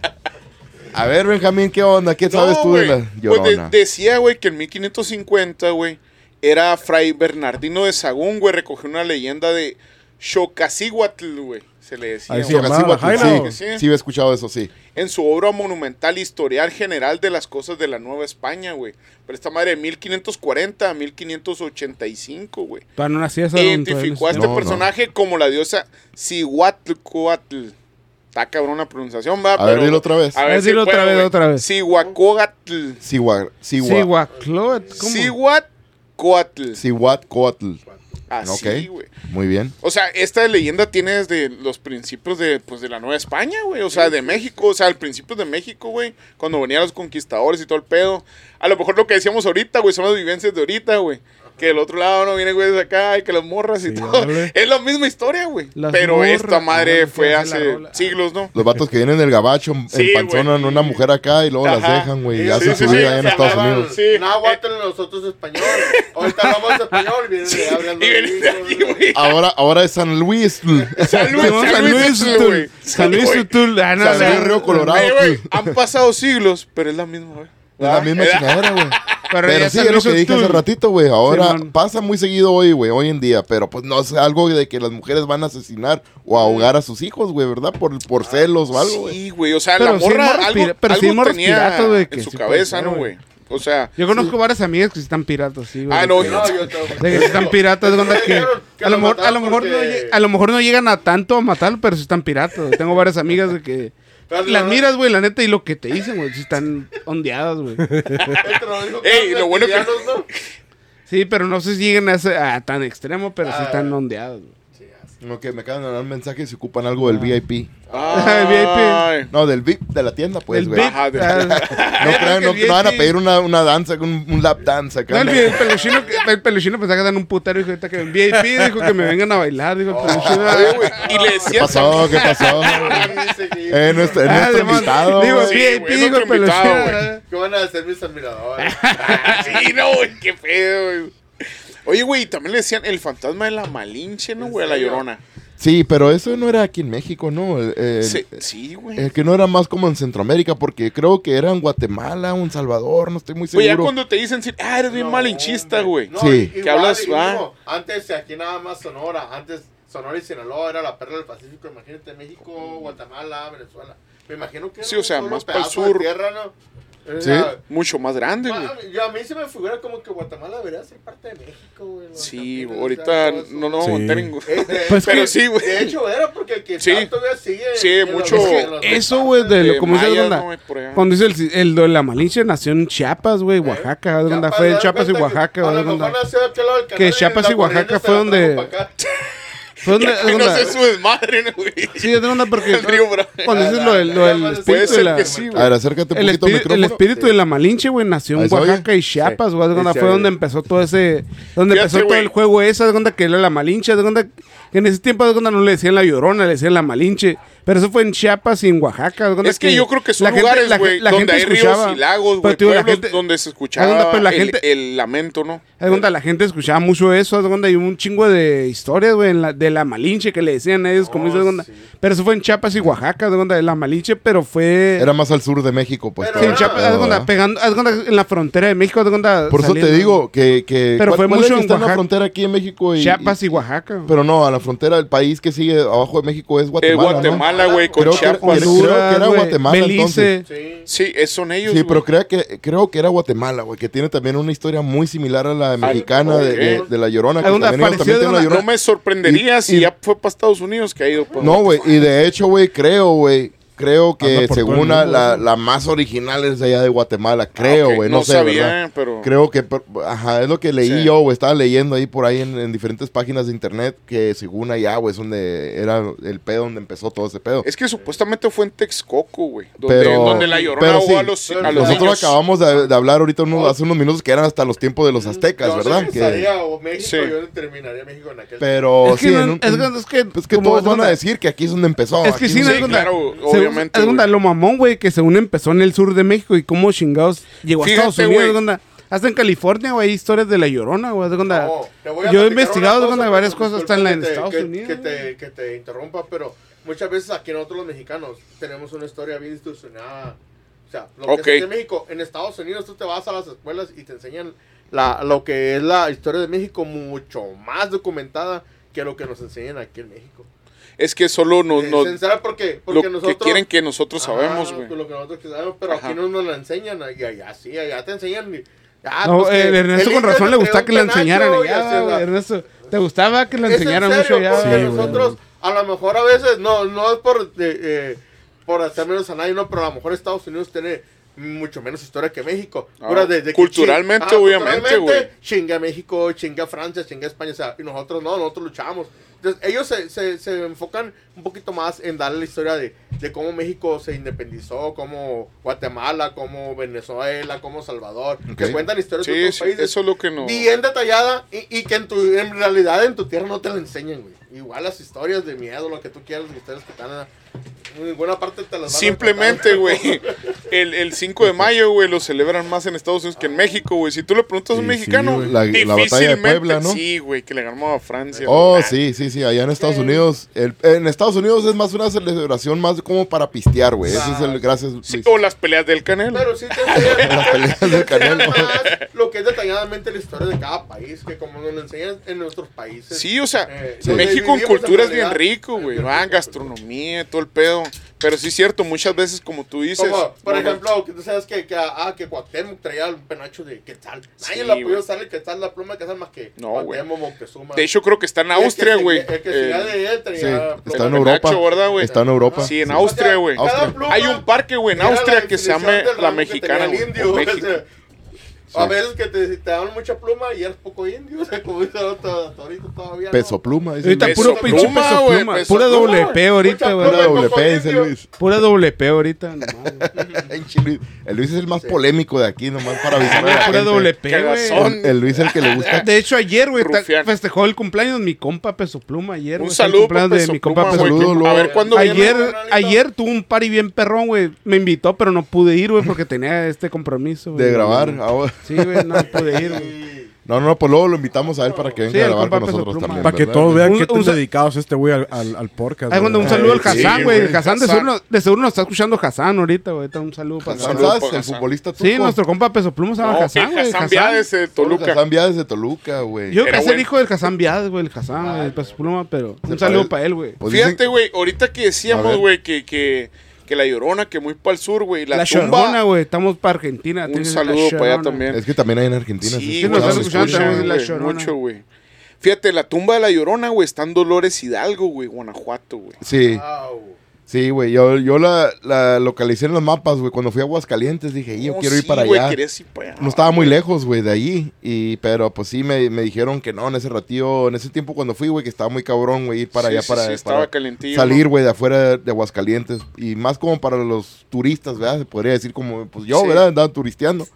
A ver, Benjamín, ¿qué onda? ¿Qué
No,
sabes tú de
güey.
la llorona?
Pues de- decía, güey, que en 1550, güey, era Fray Bernardino de Sagún, güey, recogió una leyenda de Xocacihuatl, güey. Se le decía.
Ahí
güey.
se llamaba
Tocacihuatl,
la
sí,
Jaina,
¿o?
sí, sí, he escuchado eso, sí.
en su obra monumental Historial General de las Cosas de la Nueva España, güey. Pero esta madre de 1540 a 1585, güey.
Todavía no nací esa.
Identificó a este
No, no.
personaje como la diosa Cihuatl. Está cabrón la pronunciación, va.
A ver, dilo otra vez.
A
A ver,
ver,
dilo otra vez, otra vez.
Cihuacóatl.
Siwa, Siwa,
Cihuacloat, ¿cómo?
Cihuatl.
Sihuatcoatl.
Así,
Ok.
güey.
Muy bien.
O sea, esta leyenda tiene desde los principios de, pues, de la Nueva España, güey. O sea, de México. O sea, al principio de México, güey. Cuando venían los conquistadores y todo el pedo. A lo mejor lo que decíamos ahorita, güey, son las vivencias de ahorita, güey. Que del otro lado no viene, güey, de acá y que las morras y
Sí,
todo.
ándale.
Es la misma historia, güey.
Las
Pero
morras,
esta madre
ándale,
fue
que hace la
hace
rola.
siglos, ¿no?
Los vatos que vienen del gabacho en
Sí,
panzonan
güey.
una mujer acá y luego las
Ajá.
dejan, güey, y
Sí,
hacen
sí,
su
sí,
vida
sí,
allá en
se
Estados
hablaban,
Unidos.
sí. eh.
Náhuatl, nosotros español. Ahorita hablamos español y vienen de hablando.
Y vienen de allí, güey. <laughs>
Ahora, ahora es San Luis.
San Luis,
Simón,
San Luis,
Sutul.
güey.
San Luis
Güey.
Sutul. Ah, no,
San
o sea,
Luis Río Colorado.
Ey, güey,
pues.
han pasado siglos, pero es la misma, güey.
Es la misma
Era-
chingadera, güey.
Pero,
Pero
ya
sí, es
San
lo
Luis
que dije
Sutul.
hace ratito, güey. Ahora
Simón.
pasa muy seguido hoy, güey, hoy en día. Pero pues no es algo de que las mujeres van a asesinar o ahogar a sus hijos, güey, ¿verdad? Por, por celos o algo, güey.
Ah, Sí, güey, o sea, la
Pero sí hay
morra
morras
algo,
pira- pero sí hay
algo
morras
tenía
piratas, güey, que
en su
sí
cabeza,
pueden
¿no,
ser,
güey? O sea,
Yo <laughs> conozco varias amigas que sí están piratas, sí, güey.
Ah, no,
de
yo-
que-
No, yo te-
de que sí están piratas, de onda
<laughs>
que,
Dijeron que
a lo
lo
mejor, a lo
mataron
mejor no,
porque-
lle- a lo mejor no llegan a tanto a matar, pero sí están piratas. güey. Tengo varias amigas de que
Pero no,
las
no.
miras, güey, la neta y lo que te dicen, güey, sí están ondeadas, güey.
Ey, lo bueno que-
No?
<laughs>
Sí, pero no sé si llegan a, ese- a tan extremo, pero sí
Ah.
están ondeadas. güey.
Sí, así.
No, que me acaban de dar un mensaje si ocupan algo
Ah.
del VIP.
Ay,
No, del VIP de la tienda, pues,
el
güey.
VIP.
<laughs> No
Ajá, de-
ah,
crean, no,
el VIP.
no van a pedir una, una danza, un, un lap dance acá.
este- No, el, el peluchino, el peluchino pensaba que eran un putero. Dijo ahorita que en VIP, dijo que me vengan a bailar. Dijo el peluchino.
Oye, Oh. güey, y le
¿Qué
decías a
pasó? ¿Qué
<laughs>
pasó? Eh, nuestro,
Ah,
nuestro
Simón.
invitado.
Digo,
güey.
Sí,
VIP,
güey,
dijo
nuestro
el peluchino.
invitado,
¿verdad?
¿Qué van a hacer
<laughs>
mis admiradores?
<laughs>
Sí, no, güey, qué pedo, güey. Oye, güey, y también le decían el fantasma de la Malinche, ¿no, güey? A la
serio?
Llorona.
Sí, pero eso no era aquí en México, ¿no? El, el-
Sí, sí, güey.
el que no era más como en Centroamérica, porque creo que era en Guatemala o en Salvador, no estoy muy
Güey, ya
seguro.
cuando te dicen, sí, ah, eres bien
No,
malinchista,
hombre.
güey.
No,
Sí.
i-
Que
igual,
hablas, ah.
y
va.
no, Antes aquí nada más Sonora, antes Sonora y Sinaloa era la perla del Pacífico, imagínate México, Guatemala, Venezuela. Me imagino que era
Sí, o
un
sea,
solo
más pa'l
pedazo de
sur.
tierra, ¿no? O
Sí.
sea,
Mucho más grande, güey.
ma- yo a mí se me figura como que Guatemala debería ser parte de México, güey. los
Sí, güey,
campinos, o sea,
ahorita
todo eso.
no nos vamos a
Sí.
montar en...
Eh, de-
Pues
<laughs> Pero
que-
sí, güey.
De hecho, era porque que
Sí.
tanto todavía sigue.
Sí,
de los-
mucho-
de
Es
los ¿eh?
que eso, güey,
desastres,
de lo
De
como dice
mayas,
Gonda,
¿no, güey? Por Eh, allá.
Cuando dice el, el de la Malinche nació en Chiapas, güey, Oaxaca, ¿verdad? Gonda?
Chiapas,
Fue en
haz de
Chiapas y
cuenta que
Oaxaca,
a lo
¿verdad?
mejor
Gonda?
nació de aquel lado del canal
Que
y
Chiapas y
la corriente
Oaxaca
se
fue
la
donde-
trajo pa' acá.
Fue donde-
Que <laughs> <laughs> no
Gonda-
sé su desmadre, ¿no, güey.
Sí, es de Gonda porque
<laughs> El río Ah, Bravo.
cuando dices lo del lo del
Puede
espíritu de
ser
la...
que sí,
A
güey.
ver, acércate un
El,
poquito
espíritu-
al
el
micrófono.
espíritu de la Malinche, güey, nació
Ahí
en
se oye.
Oaxaca y Chiapas, güey. haz de cuenta,
se
fue
oye.
donde empezó todo ese. Donde
Fíjate,
empezó todo
güey.
el juego ese, haz de cuenta que era la Malinche. haz de cuenta que en ese tiempo, haz de cuenta, no le decían la Llorona, le decían la Malinche. Pero eso fue en Chiapas y en Oaxaca. haz de cuenta
Es que yo creo que son
gente-
lugares,
la-
güey,
la
donde
gente
hay
escuchaba-
ríos y lagos,
Pero,
güey,
tío, la
pueblos
gente-
donde se escuchaba
Haz de cuenta, pero la
el,
gente-
el lamento, ¿no?
Haz de cuenta, la gente escuchaba mucho eso, haz de cuenta, y hubo un chingo de historias, güey, en la- de la Malinche que le decían a ellos, como
Oh,
dice, haz de cuenta.
sí.
Pero eso fue en Chiapas y Oaxaca, haz de cuenta, de la Malinche, pero fue...
Era más al sur de México, pues.
Pero
todo
Sí, en
ah,
el
Chiapas,
pedo,
haz de cuenta,
¿verdad?
pegando, haz de cuenta, en la frontera de México, haz de cuenta,
Por eso te
saliendo-
digo que... que
Pero
¿cuál-
fue
cuál es que
mucho en
está en la
Oaxaca.
frontera aquí en México y...
Chiapas y Oaxaca.
Pero no, a la frontera del país que sigue abajo de México es
Eh,
Guatemala. ¿no?
Guatemala, güey, con
Creo que-
Chiapas.
creo- creo que era
güey,
Guatemala,
Belice.
entonces.
Sí.
Sí, es- son ellos,
Sí, pero
güey.
creo que, creo que era Guatemala, güey, que tiene también una historia muy similar a la mexicana de,
ok.
de- de la Llorona. Que
Algún
también, ellos también
aparecido de
tienen la
una-
Llorona.
No me sorprendería
Y-
si
y-
ya fue para Estados Unidos que ha ido. pues.
No, güey, y de hecho, güey, creo, güey, creo que
Anda por todo el
según la,
mundo,
la,
¿sí?
la más original es allá de Guatemala,
Ah,
creo,
ok,
güey, no, sé,
sabía,
¿verdad?
pero...
Creo que, per- ajá, es lo que leí
Sí.
yo, güey, estaba leyendo ahí por ahí en, en diferentes páginas de internet que según allá, güey, es donde era el pedo, donde empezó todo ese pedo.
Es que supuestamente fue en Texcoco, güey. Donde,
Pero-
donde la llorona
pero
ahogó
sí,
a los, a
pero
los Ah.
Nosotros
niños.
acabamos de, de hablar ahorita unos, hace unos minutos que eran hasta los tiempos de los aztecas,
Yo
¿verdad? Que,
empezaría o México,
Sí.
yo terminaría México en aquel
pero
Es que
Oh, sí,
no-
en un-
es que- es que
pues que
como
todos
es
van a
una-
decir que aquí es donde empezó.
Es que
aquí
sí,
es
no
donde-
es donde-
claro,
según-
obviamente,
es donde
güey.
lo mamón, güey, que según empezó en el sur de México y cómo chingados llegó a
Fíjate,
Estados Unidos,
güey.
es donde- hasta en California, güey, hay historias de la llorona, güey, es donde-
No, te voy
yo he
a platicar una
investigado es
cosa,
donde
pero
varias cosas,
disculpa
están en la- en
que te-
Estados
que-
Unidos. eh.
Que te, que te interrumpa, pero muchas veces aquí nosotros los mexicanos tenemos una historia bien distorsionada. O sea, lo
Ok.
que es de México, en Estados Unidos tú te vas a las escuelas y te enseñan la, lo que es la historia de México mucho más documentada que lo que nos enseñan aquí en México.
Es que solo nos...
Eh,
nos-
sincera porque,
lo
porque
que
nosotros...
quieren que nosotros
Ajá,
sabemos, güey.
Lo que nosotros que sabemos, pero
Ajá.
aquí no nos la enseñan. Y allá sí, allá te enseñan. y- ah,
No,
pues, que
el Ernesto con
indio
razón
se
le
traía
gustaba
un
que le
penacho
enseñaran
y así,
allá,
o sea,
güey, Ernesto. ¿Te gustaba que le
es en
enseñaran
serio,
mucho allá?
porque
güey?
nosotros, a lo mejor a veces, no, no es por, eh, eh, por hacer menos a nadie, no, pero a lo mejor Estados Unidos tiene mucho menos historia que México.
Ah,
Pura de- de que
culturalmente,
chi-
obviamente,
culturalmente,
güey.
Chinga México, chinga Francia, chinga España, o sea, y nosotros no, nosotros luchamos. Entonces, ellos se, se, se enfocan un poquito más en darle la historia de, de cómo México se independizó, cómo Guatemala, cómo Venezuela, cómo Salvador.
Ok.
Que cuentan historias de
Sí,
otros
sí,
países
eso es lo que no...
bien detallada y, y que en, tu, en realidad en tu tierra no te la enseñan, güey. Igual las historias de miedo, lo que tú quieras, las historias que están en en buena parte te las van a
Simplemente,
contar.
güey, el, el 5 de mayo, güey, lo celebran más en Estados Unidos que en México, güey. Si tú le preguntas a un
Sí, sí,
mexicano,
güey. La- la batalla de
difícilmente-
Puebla, ¿no?
Sí, güey, que le ganamos a Francia.
Oh,
güey.
sí, sí, sí, allá en Estados Unidos. el- en Estados Unidos es más una celebración más como para pistear, güey. Ese es el gracias.
Ah, Sí,
Luis.
o las peleas del Canelo.
Pero sí te
<laughs>
enseñan,
Las peleas del
te enseñan
Canelo.
más lo que es detalladamente la historia de cada país, que como nos lo enseñan en nuestros países.
Sí, o sea,
Eh,
sí. México en
vivimos
cultura es
realidad.
bien rico, güey.
Bien
Ah,
rico,
gastronomía, todo el pedo. Pero sí es cierto, muchas veces, como tú dices.
Como, por
no,
ejemplo, que tú sabes que, que, ah, que Cuauhtémoc traía el penacho de Quetzal. Nadie
Sí,
la pudo
güey.
usar el Quetzal, la pluma de Quetzal más que
No, güey.
Cuauhtémoc, Moctezuma.
De hecho, creo que está en Austria, güey.
El que
Eh,
se de él
Sí,
traía pluma.
está en
el
Europa.
Nacho, ¿verdad, güey?
Está en Europa.
Sí, en Austria, güey.
Austria.
cada pluma
Hay un parque, güey, en
era la
Austria que se
definición
llama
del
La
ramo que tenía
Mexicana,
el
güey.
indio,
o
<laughs> o sea,
México.
A veces que te, te dan mucha pluma y eres poco indio, <laughs> o sea, como dice el otro hasta ahorita todavía. no.
Peso pluma. dice
Ahorita
Luis.
Peso
puro pinche
pluma,
peso
güey,
pluma.
peso
Pura
pluma,
doble P ahorita, güey.
Pura
Mucha
doble
pluma,
P, dice
indio.
Luis. <laughs>
Pura doble P ahorita. no mames.
Pinche Luis. El Luis es el más polémico de aquí, nomás para avisar a la
Pura
gente.
doble P, güey.
Cagazón.
El, el Luis es el que le gusta.
De hecho, ayer, güey, ta-
Rufián.
festejó el cumpleaños mi compa Peso Pluma. Ayer,
Un
güey, fue el
saludo
cumpleaños
para Peso Pluma,
Peso
güey.
Pluma.
A ver, ¿cuándo
Ayer,
viene?
ayer tuvo un party bien perrón, güey. Me invitó, pero no pude ir, güey, porque tenía este compromiso. güey. Ah.
De grabar. ahora.
Sí, güey, no pude ir, güey.
<laughs>
No, no, pues luego lo invitamos a él para que venga
Sí,
a
el
grabar
compa
con
Peso
nosotros
Pluma.
también.
Para que
¿verdad,
todos
güey?
vean
Un-
que
un
tan
sa-
dedicado es este güey al, al, al podcast.
Ahí cuando
güey.
Ah, un saludo al
sí,
Hassan, güey.
güey,
Hassan, de
Hassan.
seguro, de seguro nos está escuchando Hassan ahorita, güey. Está un saludo para
Hassan
Hassan.
Saludos
Sass,
para
Pues, el
Hassan.
futbolista turco.
Sí, nuestro compa Peso Pluma se llama
No,
Hassan,
que
güey.
Hassan
Hassan.
Viades de Toluca.
Hassan Viades de Toluca, güey.
Yo creo que
Era
es el
bueno.
hijo del Hassan Viades, güey, el Hassan, güey, el Peso Pluma, pero un saludo
parece-
para él, güey.
Pues dicen-
Fíjate, güey, ahorita que
A
decíamos,
ver.
güey, que, que, que la llorona, que muy para el sur, güey, la,
La
tumba.
Chorona, güey. Estamos para Argentina.
un
tienes la
saludo para allá
Chorona.
también.
Es que también hay en Argentina.
Sí,
se
nos
escucha,
güey, se
están
se escucha.
escuchando también la
güey,
Llorona.
mucho, güey. Fíjate, la tumba de la llorona, güey, está en Dolores Hidalgo, güey, Guanajuato, güey.
Sí,
Wow.
sí, güey. Yo, yo la, la localicé en los mapas, güey. Cuando fui a Aguascalientes dije, yo
No,
quiero ir
Oh, sí,
para
güey,
allá.
querías ir para allá.
No estaba muy lejos, güey, de allí. Y, pero pues sí, me, me dijeron que no, en ese ratillo, en ese tiempo cuando fui, güey, que estaba muy cabrón, güey, ir para
Sí,
allá,
sí,
para,
sí, estaba
para
calentillo,
salir,
¿no?
güey, de afuera de Aguascalientes. Y más como para los turistas, ¿verdad? Se podría decir como, pues yo,
Sí.
¿verdad? Andaba turisteando.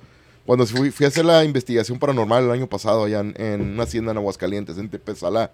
Cuando fui, fui a hacer la investigación paranormal el año pasado allá en, en una hacienda en Aguascalientes, en Tepezalá.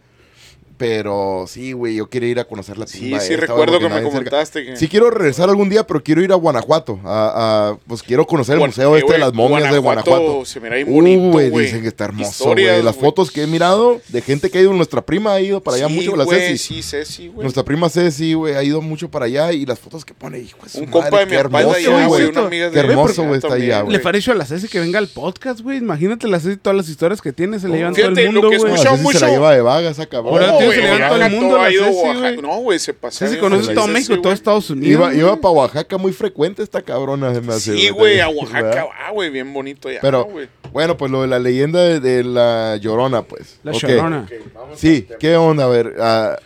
Pero sí, güey, yo quería ir a conocer la
Sí,
tumba,
sí,
eh, estaba
recuerdo
como
que me
nadie cerca.
comentaste que...
Sí quiero regresar algún día, pero quiero ir a Guanajuato. A, a- pues quiero conocer el
Guan-
museo
eh,
este de
güey,
las momias de Guanajuato.
Se mira bien
Uh,
bonito,
güey,
güey.
dicen que está hermoso, güey.
Historias,
Las fotos que he mirado de gente que ha ido, nuestra prima ha ido para allá
Sí,
mucho, la
güey,
Ceci.
Sí, Ceci, güey.
Nuestra prima Ceci, güey, ha ido mucho para allá y las fotos que pone, hijo de su
Un
madre,
compa de mi
qué
papá es de
hermoso,
allá, güey,
güey.
una amiga de
Qué
mi
hermoso,
papá
güey, está
también,
allá,
Le
güey.
pareció a la Ceci que venga al podcast, güey. Imagínate la Ceci, todas las historias que tiene, se le llevan todo
Fíjate,
el
lo
mundo,
que
No,
güey.
la
escucha-
Ah, Ceci se la
mucho.
lleva de vaga esa cabrón.
Ahora
No,
tío,
güey,
se levanta
Oaxaca,
el mundo
todo
la
ha ido a
Ceci,
Oaxaca.
güey.
No, güey, se pasó.
Ceci conoce todo México, todo Estados Unidos.
Iba, iba
güey.
para Oaxaca muy frecuente esta cabrona, se me hace,
Mm. Sí, güey, a
¿Verdad?
Oaxaca, ah, güey, bien bonito ya.
Pero,
güey.
bueno, pues lo de la leyenda de, de la Llorona, pues.
La
Ok.
Chorona.
Ok, vamos
Sí,
al tema.
¿qué onda? A ver, ah,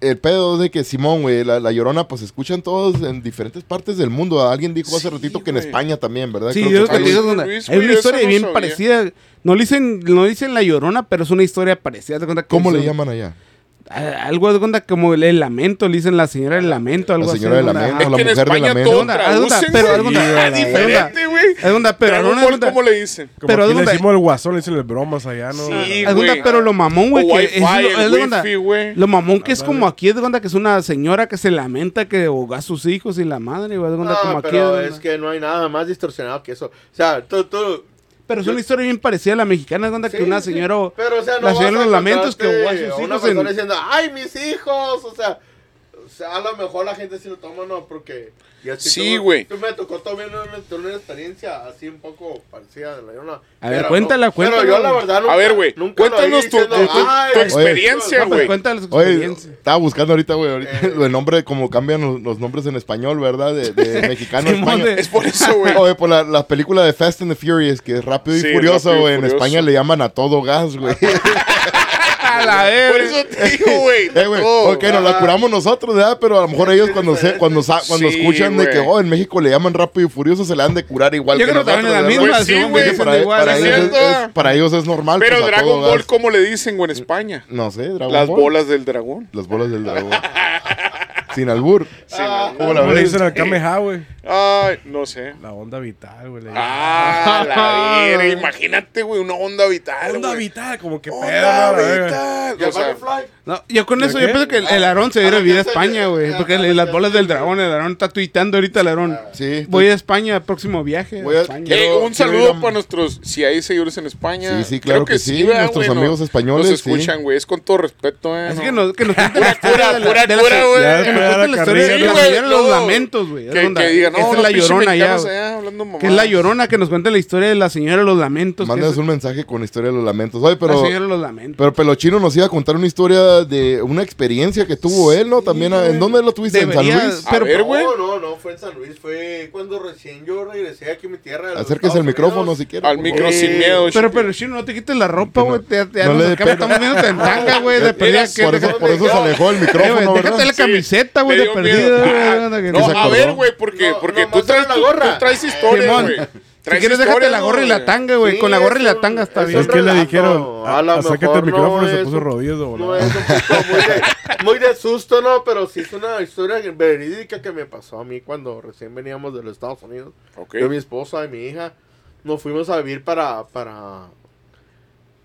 el pedo es de que Simón, güey, la, la llorona, pues se escuchan todos en diferentes partes del mundo. Alguien dijo hace
Sí,
ratito que en
güey.
España también, ¿verdad?
Sí,
Creo
yo
que
te
fue
Luis
digo,
algo-
Luis,
onda,
güey,
hay una
eso
historia
no
bien
sabía.
parecida. No le dicen, no le dicen la llorona, pero es una historia parecida. haz de cuenta que
¿Cómo le
dicen-
llaman allá?
a- Algo de cuenta como el, el lamento, le dicen la señora del lamento, algo
La
así,
señora del
haz de cuenta,
lamento,
Es
la
que en
mujer del
España
lamento.
todo
Onda, onda,
traducen,
pero
güey,
alguna-
ah,
onda.
diferente, güey.
ajá. Haz de cuenta, pero
Dragon
alguna-
Ball,
onda-
¿Cómo le dicen?
Como
Pero
aquí
¿dónde-
le decimos el guasón, le dicen el bromas allá, ¿no?
Sí,
haz de cuenta,
güey.
pero lo mamón, güey,
O
que
Wi-Fi,
eso es lo-
el
haz de cuenta,
Wi-Fi, güey.
Lo mamón que es como aquí, haz de cuenta que es una señora que se lamenta que ahogó a sus hijos y la madre, güey, haz de cuenta
No,
como aquí. haz de
Ah, pero
cuenta.
es que no hay nada más distorsionado que eso. O sea, tú, tú,
Pero es una historia bien parecida a la mexicana, es onda
Sí,
que una
sí.
señora,
Pero, o sea, no
la señora de
vas
los
a
lamentos que ahogó a
encontrarte
sus
una
hijos
persona
en,
diciendo, ¡ay, mis hijos! O sea, o sea, a lo mejor la gente sí lo toma, no, porque... y así
Sí,
tú-
güey.
Tú me tocó también una, tener una experiencia así un poco parecida de la llorona.
A ver, cuéntala, cuéntala.
Pero yo la verdad nunca,
A ver, güey,
nunca lo
cuéntanos
vi
tu-
diciendo,
tu- tu
"Ay,
experiencia,
no,
No, pero
güey.
cuéntales su
Oye,
experiencia.
estaba buscando ahorita, güey, ahorita <laughs>
Eh.
el nombre, como cambian los, los nombres en español, ¿verdad? De,
<laughs>
de mexicano a
Simón,
español.
de-
Es por eso,
<laughs>
güey.
Oye, por la, la película de Fast and the Furious, que es Rápido y
Sí,
Furioso,
Rápido y
güey. En
Furioso.
España le llaman a todo gas, <laughs> güey.
A la
Por
verga.
eso te digo,
<laughs>
güey.
Eh, güey,
todo.
ok, nos la curamos nosotros, ¿verdad? Pero a lo mejor ellos cuando se, cuando sa- cuando
Sí,
escuchan de que,
güey.
oh, en México le llaman rápido y furioso, se la han de curar igual
Yo
que
creo que también es
nosotros,
la misma.
¿verdad?
Pues sí,
según
güey,
que
Porque
es
para, e,
igual,
para
¿sí?
ellos es,
cierto.
es- para ellos es normal.
Pero
pues, a
Dragon
todo
Ball,
gas.
¿cómo le dicen, güey, en España?
No sé, Dragon
Las
Ball.
bolas del dragón.
Las bolas del Dragon Ball. Sin albur. ¿Cómo la
Como le
ves?
dicen al Kameha, güey.
Ay, no
<laughs>
sé.
La onda vital, güey. le dicen.
Ah, la verga. Imagínate, güey, una onda vital.
onda
güey.
vital, como que pedo,
Onda
la verga.
vital.
Y
O
el
sea,
Butterfly,
No, yo con eso,
¿De
yo
qué?
pienso que el, el Aarón se
Ah,
debe ir a
ya sé
España,
que-
güey.
ah,
Porque
ya
le- las
sé
bolas
que-
del dragón, el Aarón está tuiteando ahorita, el Aarón.
Sí, estoy-
Voy a España, próximo viaje. a
Voy a-
España.
Quiero-
eh, un
quiero ir
saludo
a-
para nuestros, si hay seguidores en España.
Sí, sí, claro que sí,
¿verdad,
nuestros
güey?
amigos
No-
españoles,
Nos
sí.
escuchan, güey, es con todo respeto, eh.
Así
no.
que nos, que nos cuenten
Pura,
la historia
pura,
de la-
pura,
de la-
pura, güey.
que
Ya
nos
después
cuenten la
la
historia de
carrilla,
la
güey,
señora de los
no.
lamentos, güey. Es
Que,
donde-
que digan,
esa
no,
es la llorona ya, güey. Que es la llorona que nos cuente la historia de la señora de los lamentos. que Ah,
Mandas
es-
un mensaje con historia de los lamentos. Oye, pero.
La señora de los lamentos.
Pero Pelochino nos iba a contar una historia de una experiencia que tuvo él, ¿no? También, ¿en dónde lo tuviste? ¿En
Debería-
San Luis?
A
pero-
ver, güey.
No, no, no, fue en San Luis, fue cuando recién yo regresé aquí a mi tierra.
Acérquese al micrófono si
quieres.
quieres.
Al
por
micro
favor.
sin miedo.
Pero,
chico.
pero, chino, no te quites la ropa, güey. Te, te- ya
No
nos
le dé
acabamos-
pena.
estamos viendo en tanga, güey. De
Mira,
perdida. que-
por, eso,
déjate-
por eso se alejó el
Eh, güey,
micrófono,
déjate
¿verdad?
la camiseta, güey,
Me
de
dio
perdida.
miedo.
güey, anda que-
No,
se
a
acordó.
ver, güey, porque,
No,
porque
nomás
tú, traes,
era la
tú-
gorra.
tú traes historias,
Simón.
güey.
Si
traes
quieres, déjate
historia,
la
¿no,
gorra y la
güey?
tanga, güey.
Sí,
Con la gorra y
es
la
un-
tanga está
es
bien.
Es que le
relato.
dijeron,
A lo
"Ah, sácate
mejor
el micrófono
no
y se
es
puso
un-
rodillas de
No
volada.
es un poco muy de, muy de susto, ¿no? Pero sí es una historia verídica que me pasó a mí cuando recién veníamos de los Estados Unidos.
Ok.
Yo, mi esposa y mi hija nos fuimos a vivir para. para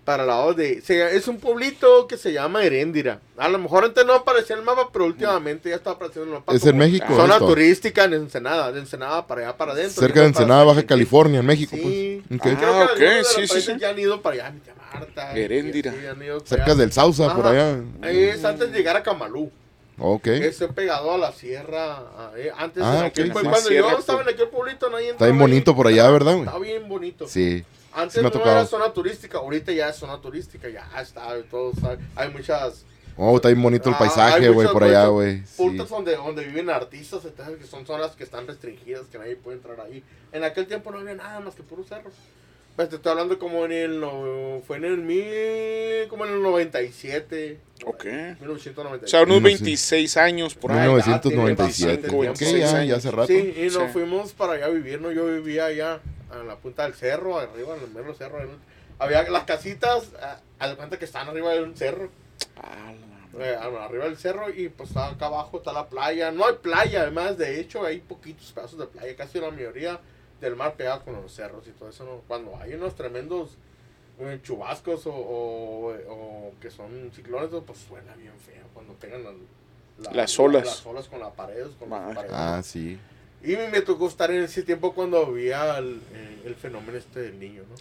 para el lado de... se- es un pueblito que se llama Heréndira. A lo mejor antes no aparecía en el mapa, pero últimamente ya está apareciendo en el mapa.
Es en
como
México
Zona
esto.
turística en Ensenada, de Ensenada para allá, para adentro.
Cerca de
Yo creo para
Ensenada, Baja
Argentina.
California, en México.
Sí.
pues. Ok.
Ah,
Creo que
ok,
algunos de los
sí, sí,
países
sí.
Ya han ido para allá, Villa Marta. y-
Heréndira.
y han ido para
Cerca
allá.
del Sausa, por
Ajá.
allá.
Ahí Es antes de llegar a Camalú.
Ok.
Es pegado a la sierra. a- eh, antes
Ah,
de
ok.
aquel-
Sí,
cuando
sí.
yo
Sierra,
estaba en
pues.
aquel pueblito, nadie
Está bien bonito por allá, ¿verdad, güey?
Está bien bonito.
Sí.
Antes
sí me ha
no
tocado.
era zona turística, ahorita ya es zona turística, ya está, todo está- Hay muchas.
Oh, está bien bonito el
ah,
paisaje,
hay
güey,
muchas-
por allá,
muchas
güey. Sí.
Puntos donde, donde viven artistas, entonces, que son zonas que están restringidas, que nadie puede entrar ahí. En aquel tiempo no había nada más que puros cerros. Pues te estoy hablando como en el. no- fue en el mil. como en el 97.
Ok. O
1997.
sea, unos
No sé.
26 años por ahí.
1997. Ok,
Ah, tiene
ya,
26
ya hace
años.
rato.
Sí, y nos
Sí.
fuimos para allá a vivir, ¿no? Yo vivía allá a la punta del cerro, arriba, en el mero cerro. en- Había las casitas, ah, haz de cuenta que están arriba de un cerro,
Ah, la-
eh, arriba del cerro, y pues está acá abajo está la playa. No hay playa, además, de hecho, hay poquitos pedazos de playa, casi la mayoría del mar pegado con los cerros y todo eso, ¿no? Cuando hay unos tremendos eh, chubascos o, o- o que son ciclones, ¿no? pues suena bien feo cuando pegan la- la-
Las olas.
Las olas con las paredes, con las
Madre.
paredes.
Ah, sí.
Y me, me tocó estar en ese tiempo cuando había el, el- el fenómeno este del niño, ¿no?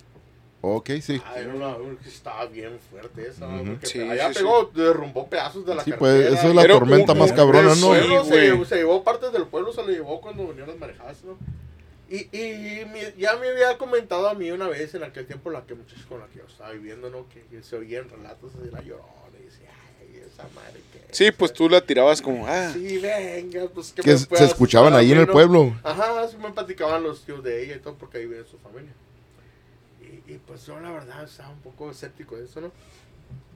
Ok, sí.
Ah, era una, una que estaba bien fuerte esa.
Ujú.
porque
Sí,
allá
sí,
pegó, derrumbó pedazos de la
Sí,
carretera.
pues, eso es la
Pero
tormenta
un-
más
un-
cabrona,
sí,
¿no?
El pueblo se,
güey.
se llevó partes del pueblo, se lo llevó cuando venían las marejadas, ¿no? Y, y mi- ya me había comentado a mí una vez en aquel tiempo la que muchos con la que yo estaba viviendo, ¿no? Que, que se oían relatos de la llorona y decía, ay, esa madre que...
Sí, pues tú la tirabas como, ah,
Sí, venga, pues que
Que
me
se
puedas
escuchaban
asustar a
ahí en
mí,
el
¿no?
pueblo.
Ajá, sí me platicaban los tíos de ella y todo, porque ahí vive su familia. Y, y pues yo la verdad estaba un poco escéptico de eso, ¿no?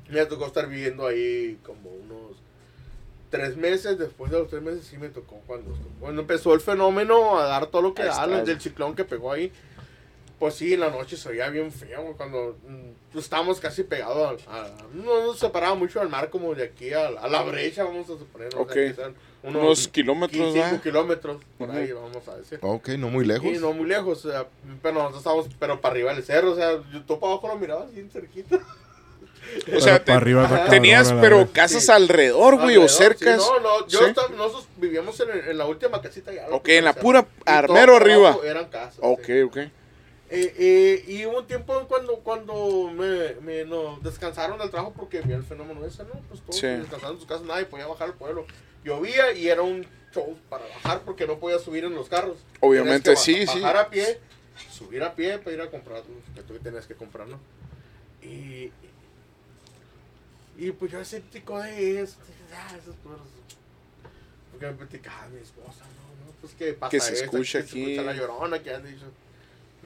Me tocó estar viviendo ahí como unos tres meses, después de los tres meses sí me tocó cuando, cuando empezó el fenómeno a dar todo lo que
Ahí
da,
está.
lo del ciclón que pegó ahí. Pues sí, en la noche se oía bien feo, güey, cuando mm, pues, estábamos casi pegados a, a- No nos separaba mucho del mar como de aquí a, la- a la brecha, vamos a suponer. ¿no? O sea,
Ok.
que sean
unos kilómetros,
15
¿verdad?
kilómetros, por
Ujú.
ahí vamos a decir.
Ok, no muy lejos.
Y no muy lejos, o sea, pero nosotros estábamos, pero para arriba del cerro, o sea, yo topo abajo lo miraba así cerquita.
O sea, te-
Pero para arriba está cabrón,
tenías,
a la
pero
vez.
casas
Sí.
alrededor, güey, o
Alrededor,
cercas.
sí, no, no, yo
Sí.
estaba- nosotros vivíamos en, en la última casita ya.
Ok, en la
cerro.
pura-
Y todo
armero
por
arriba.
abajo Eran casas. sí.
Ok, ok.
Eh, eh, y hubo un tiempo en cuando, cuando me, me no, descansaron del trabajo porque vi el fenómeno ese, ¿no? Pues todos
Sí.
descansaron en sus casas, nadie podía bajar al pueblo. Llovía y era un show para bajar porque no podía subir en los carros.
Obviamente,
Tenías
sí,
ba-
sí.
Bajar a pie, subir a pie para ir a comprar lo que tú tenías que comprar, ¿no? Y, y pues yo escéptico de eso, dije, ah, esos puros- Porque me platicaba mi esposa, ¿no? no pues que pasa
Que se
esto,
escucha
que se escucha
aquí.
la llorona que han dicho.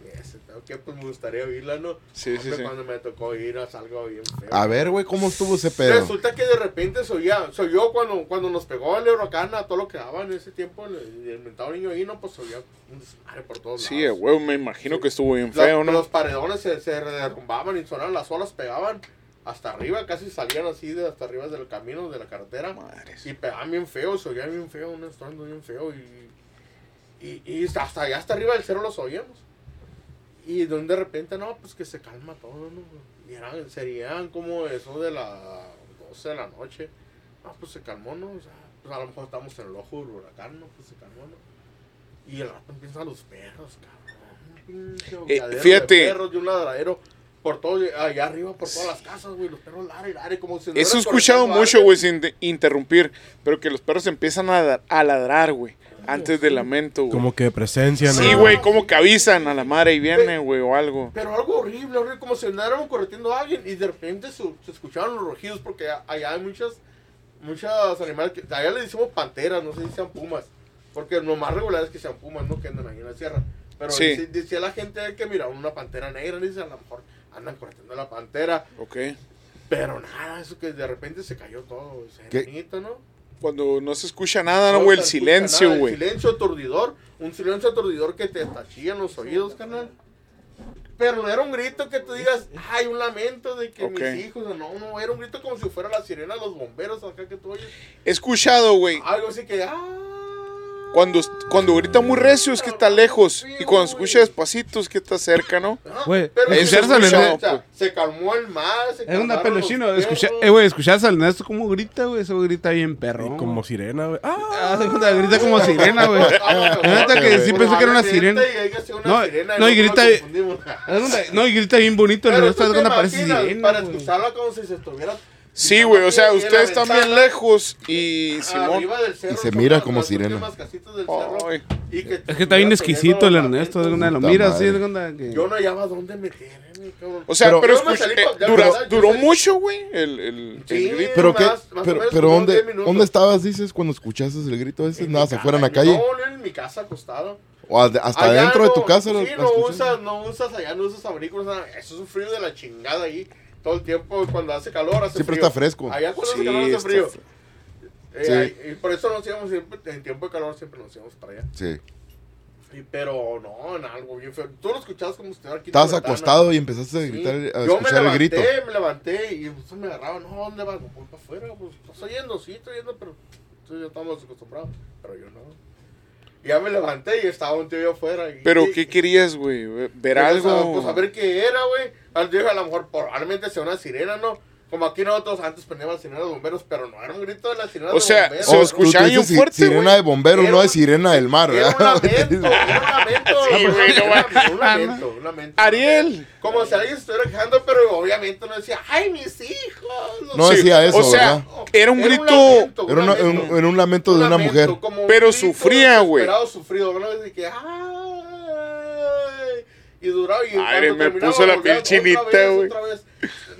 Y ese pedo, que pues me gustaría oírla, ¿no?
Sí, sí, Ah,
Hombre,
sí.
Cuando me tocó ir a algo bien feo.
A ver, güey, ¿cómo estuvo ese pedo?
Resulta que de repente soy ya, soy yo cuando, cuando nos pegó el huracán, a todo lo que daba en ese tiempo, el, el mentado niño ahí, no, pues oía un desmadre por todos lados.
Sí, güey, me imagino
Sí.
que estuvo bien
Las-
feo, ¿no?
Los paredones se, se derrumbaban y sonaban, las olas pegaban hasta arriba, casi salían así de hasta arriba del camino, de la carretera.
Madres.
Y pegaban bien feo, se oían bien feo, un estruendo bien feo. Y, y, y hasta allá, hasta arriba del cerro los oíamos. Y de, un de repente, no, pues que se calma todo, ¿no? Y eran, serían como eso de las 12 de la noche. No, pues se calmó, ¿no? O sea, pues a lo mejor estamos en el ojo del huracán, ¿no? Pues se calmó, ¿no? Y el rato empiezan los perros, cabrón. Un pinche boqueadero
Eh, fíjate.
De perros de un ladradero por todo, allá arriba, por todas las casas, güey. Los perros ladran y ladran, como si no
Eso he
hubieran
escuchado
correteado a
mucho,
alguien.
güey, sin de- interrumpir. Pero que los perros empiezan a, da- a ladrar, güey. Antes del lamento, güey.
Como que presencia, ¿no?
Sí, güey, como que avisan a la madre y viene, güey, o algo.
Pero algo horrible, horrible, como si andaran correteando a alguien y de repente su- se escuchaban los rugidos porque a- allá hay muchas, muchas animales, que, allá le decimos panteras, no sé si sean pumas, porque lo más regular es que sean pumas, no que andan ahí en la sierra. Pero
Sí.
dice- decía la gente que miraron una pantera negra, dice a lo mejor andan correteando a la pantera,
Ok.
pero nada, eso que de repente se cayó todo,
¿Qué?
serenito, ¿no?
Cuando no se escucha nada, ¿no, güey? El
se escucha nada,
silencio,
el
güey.
silencio aturdidor, un silencio aturdidor que te tachía en los oídos, carnal. Pero no era un grito que tú digas, ay, un lamento de que
Ok.
mis hijos, o no, no, era un grito como si fuera la sirena de los bomberos acá que tú oyes.
He escuchado, güey.
Algo así que, ah.
Cuando, cuando grita muy recio es que está lejos. Y cuando se escucha despacito es que está cerca, ¿no?
Ajá,
Güey,
pero
es
se,
cierto,
escuchó,
Leonel.
o sea, se calmó el mar, se
Es una
calmaron
pelo
los
chino.
perros.
Escucha, eh,
<laughs>
güey, escuchas al Ernesto cómo grita, güey. Eso grita bien perro.
Y como sirena, güey. ¡Ah!
Ah, se cuenta, grita como sirena,
<laughs>
güey.
Ah,
La neta que sí
Bueno,
pensé que era una
ahora
sirena.
grita y hay que hacer una
No,
sirena,
no, y
luego
grita-
nos
<laughs>
confundimos.
Haz de cuenta- No, y grita bien bonito. El
Pero
Ernesto haz
tú
de
te
cuenta parece
imaginas,
sirena.
Para
güey.
escucharla como si se estuviera
Sí, güey. O sea,
Y la
ustedes están
ventana. Ah,
bien lejos. Y Simón.
arriba del cerro
Y se
son
mira
las-
como
las
sirena.
últimas casitas del cerro,
Ay.
y que
Es que está bien
estuviera
exquisito el
poniendo
Ernesto. haz de cuenta,
lamentos.
Lo
Puta
miras así,
madre.
haz de cuenta que-
Yo no hallaba dónde meterme, cabrón.
O sea,
Pero-
pero,
Yo me
escucha-
salí pa-
eh,
ya
dura-
verdad, yo
duró
salí-
mucho, güey, el, el-
Sí.
el grito.
Pero,
más-
qué,
más o
pero,
menos
pero
como
¿dónde,
10 minutos.
¿dónde estabas, dices, cuando escuchaste el grito ese? Nada, se fuera en la calle.
No, no, en mi casa acostado.
O a- hasta
Allá
dentro de
no-
tu casa. la-
Sí,
la
no
escuchas?
usas, no usas allá, no usas abrigos, nada. Eso es un frío de la chingada ahí. Todo el tiempo, cuando hace calor, hace
Siempre
frío.
está fresco.
Allá cuando
Sí,
hace calor, hace
está
frío.
fr-
Eh,
Sí.
ahí- y por eso nos íbamos siempre, en tiempo de calor siempre nos íbamos para allá.
Sí.
Y- pero no, en algo bien feo. Tú lo escuchabas como si estuviera aquí. en tu
Estabas
ventana.
acostado y empezaste a
Sí.
gritar, a
Yo me
escuchar el
levanté,
grito.
me levanté y pues, me agarraba. No, ¿dónde vas? No, voy para afuera. Pues, estás oyendo, sí, estoy oyendo, pero tú y yo estamos acostumbrados. Pero yo no. Y Ya me levanté y estaba un tío yo afuera. y-
Pero,
y-
¿qué querías, güey? Ver
y yo pensaba,
algo.
Pues a ver qué era, güey. Al día a lo mejor probablemente sea una sirena, ¿no? Como aquí nosotros antes poníamos sirena de bomberos, pero no era un grito de la sirena
O
de
sea,
bomberos.
se
O-
escuchaba
tú
bien
dices,
fuerte,
Sirena
güey.
de bombero,
Era
no de
un-
sirena del
<laughs>
mar,
Era un
¿verdad? <laughs>
lamento, era un lamento.
Sí, güey,
era
no
un lamento, un lamento, un lamento.
Ariel.
Como si alguien se estuviera quejando, pero obviamente no decía, ¡ay, mis hijos!
No
sé.
decía eso,
O sea,
¿verdad?
era un grito.
lamento,
Era una-
lamento.
un- era un lamento de una
lamento,
mujer.
como un
Pero
grito
sufría, güey.
desesperado, sufrido, ¿no? Así que, ¡ay! Y duraba. Y en
Ay,
cuanto
me
terminaba,
puso la
volvía
piel chinita,
otra vez,
güey.
otra vez.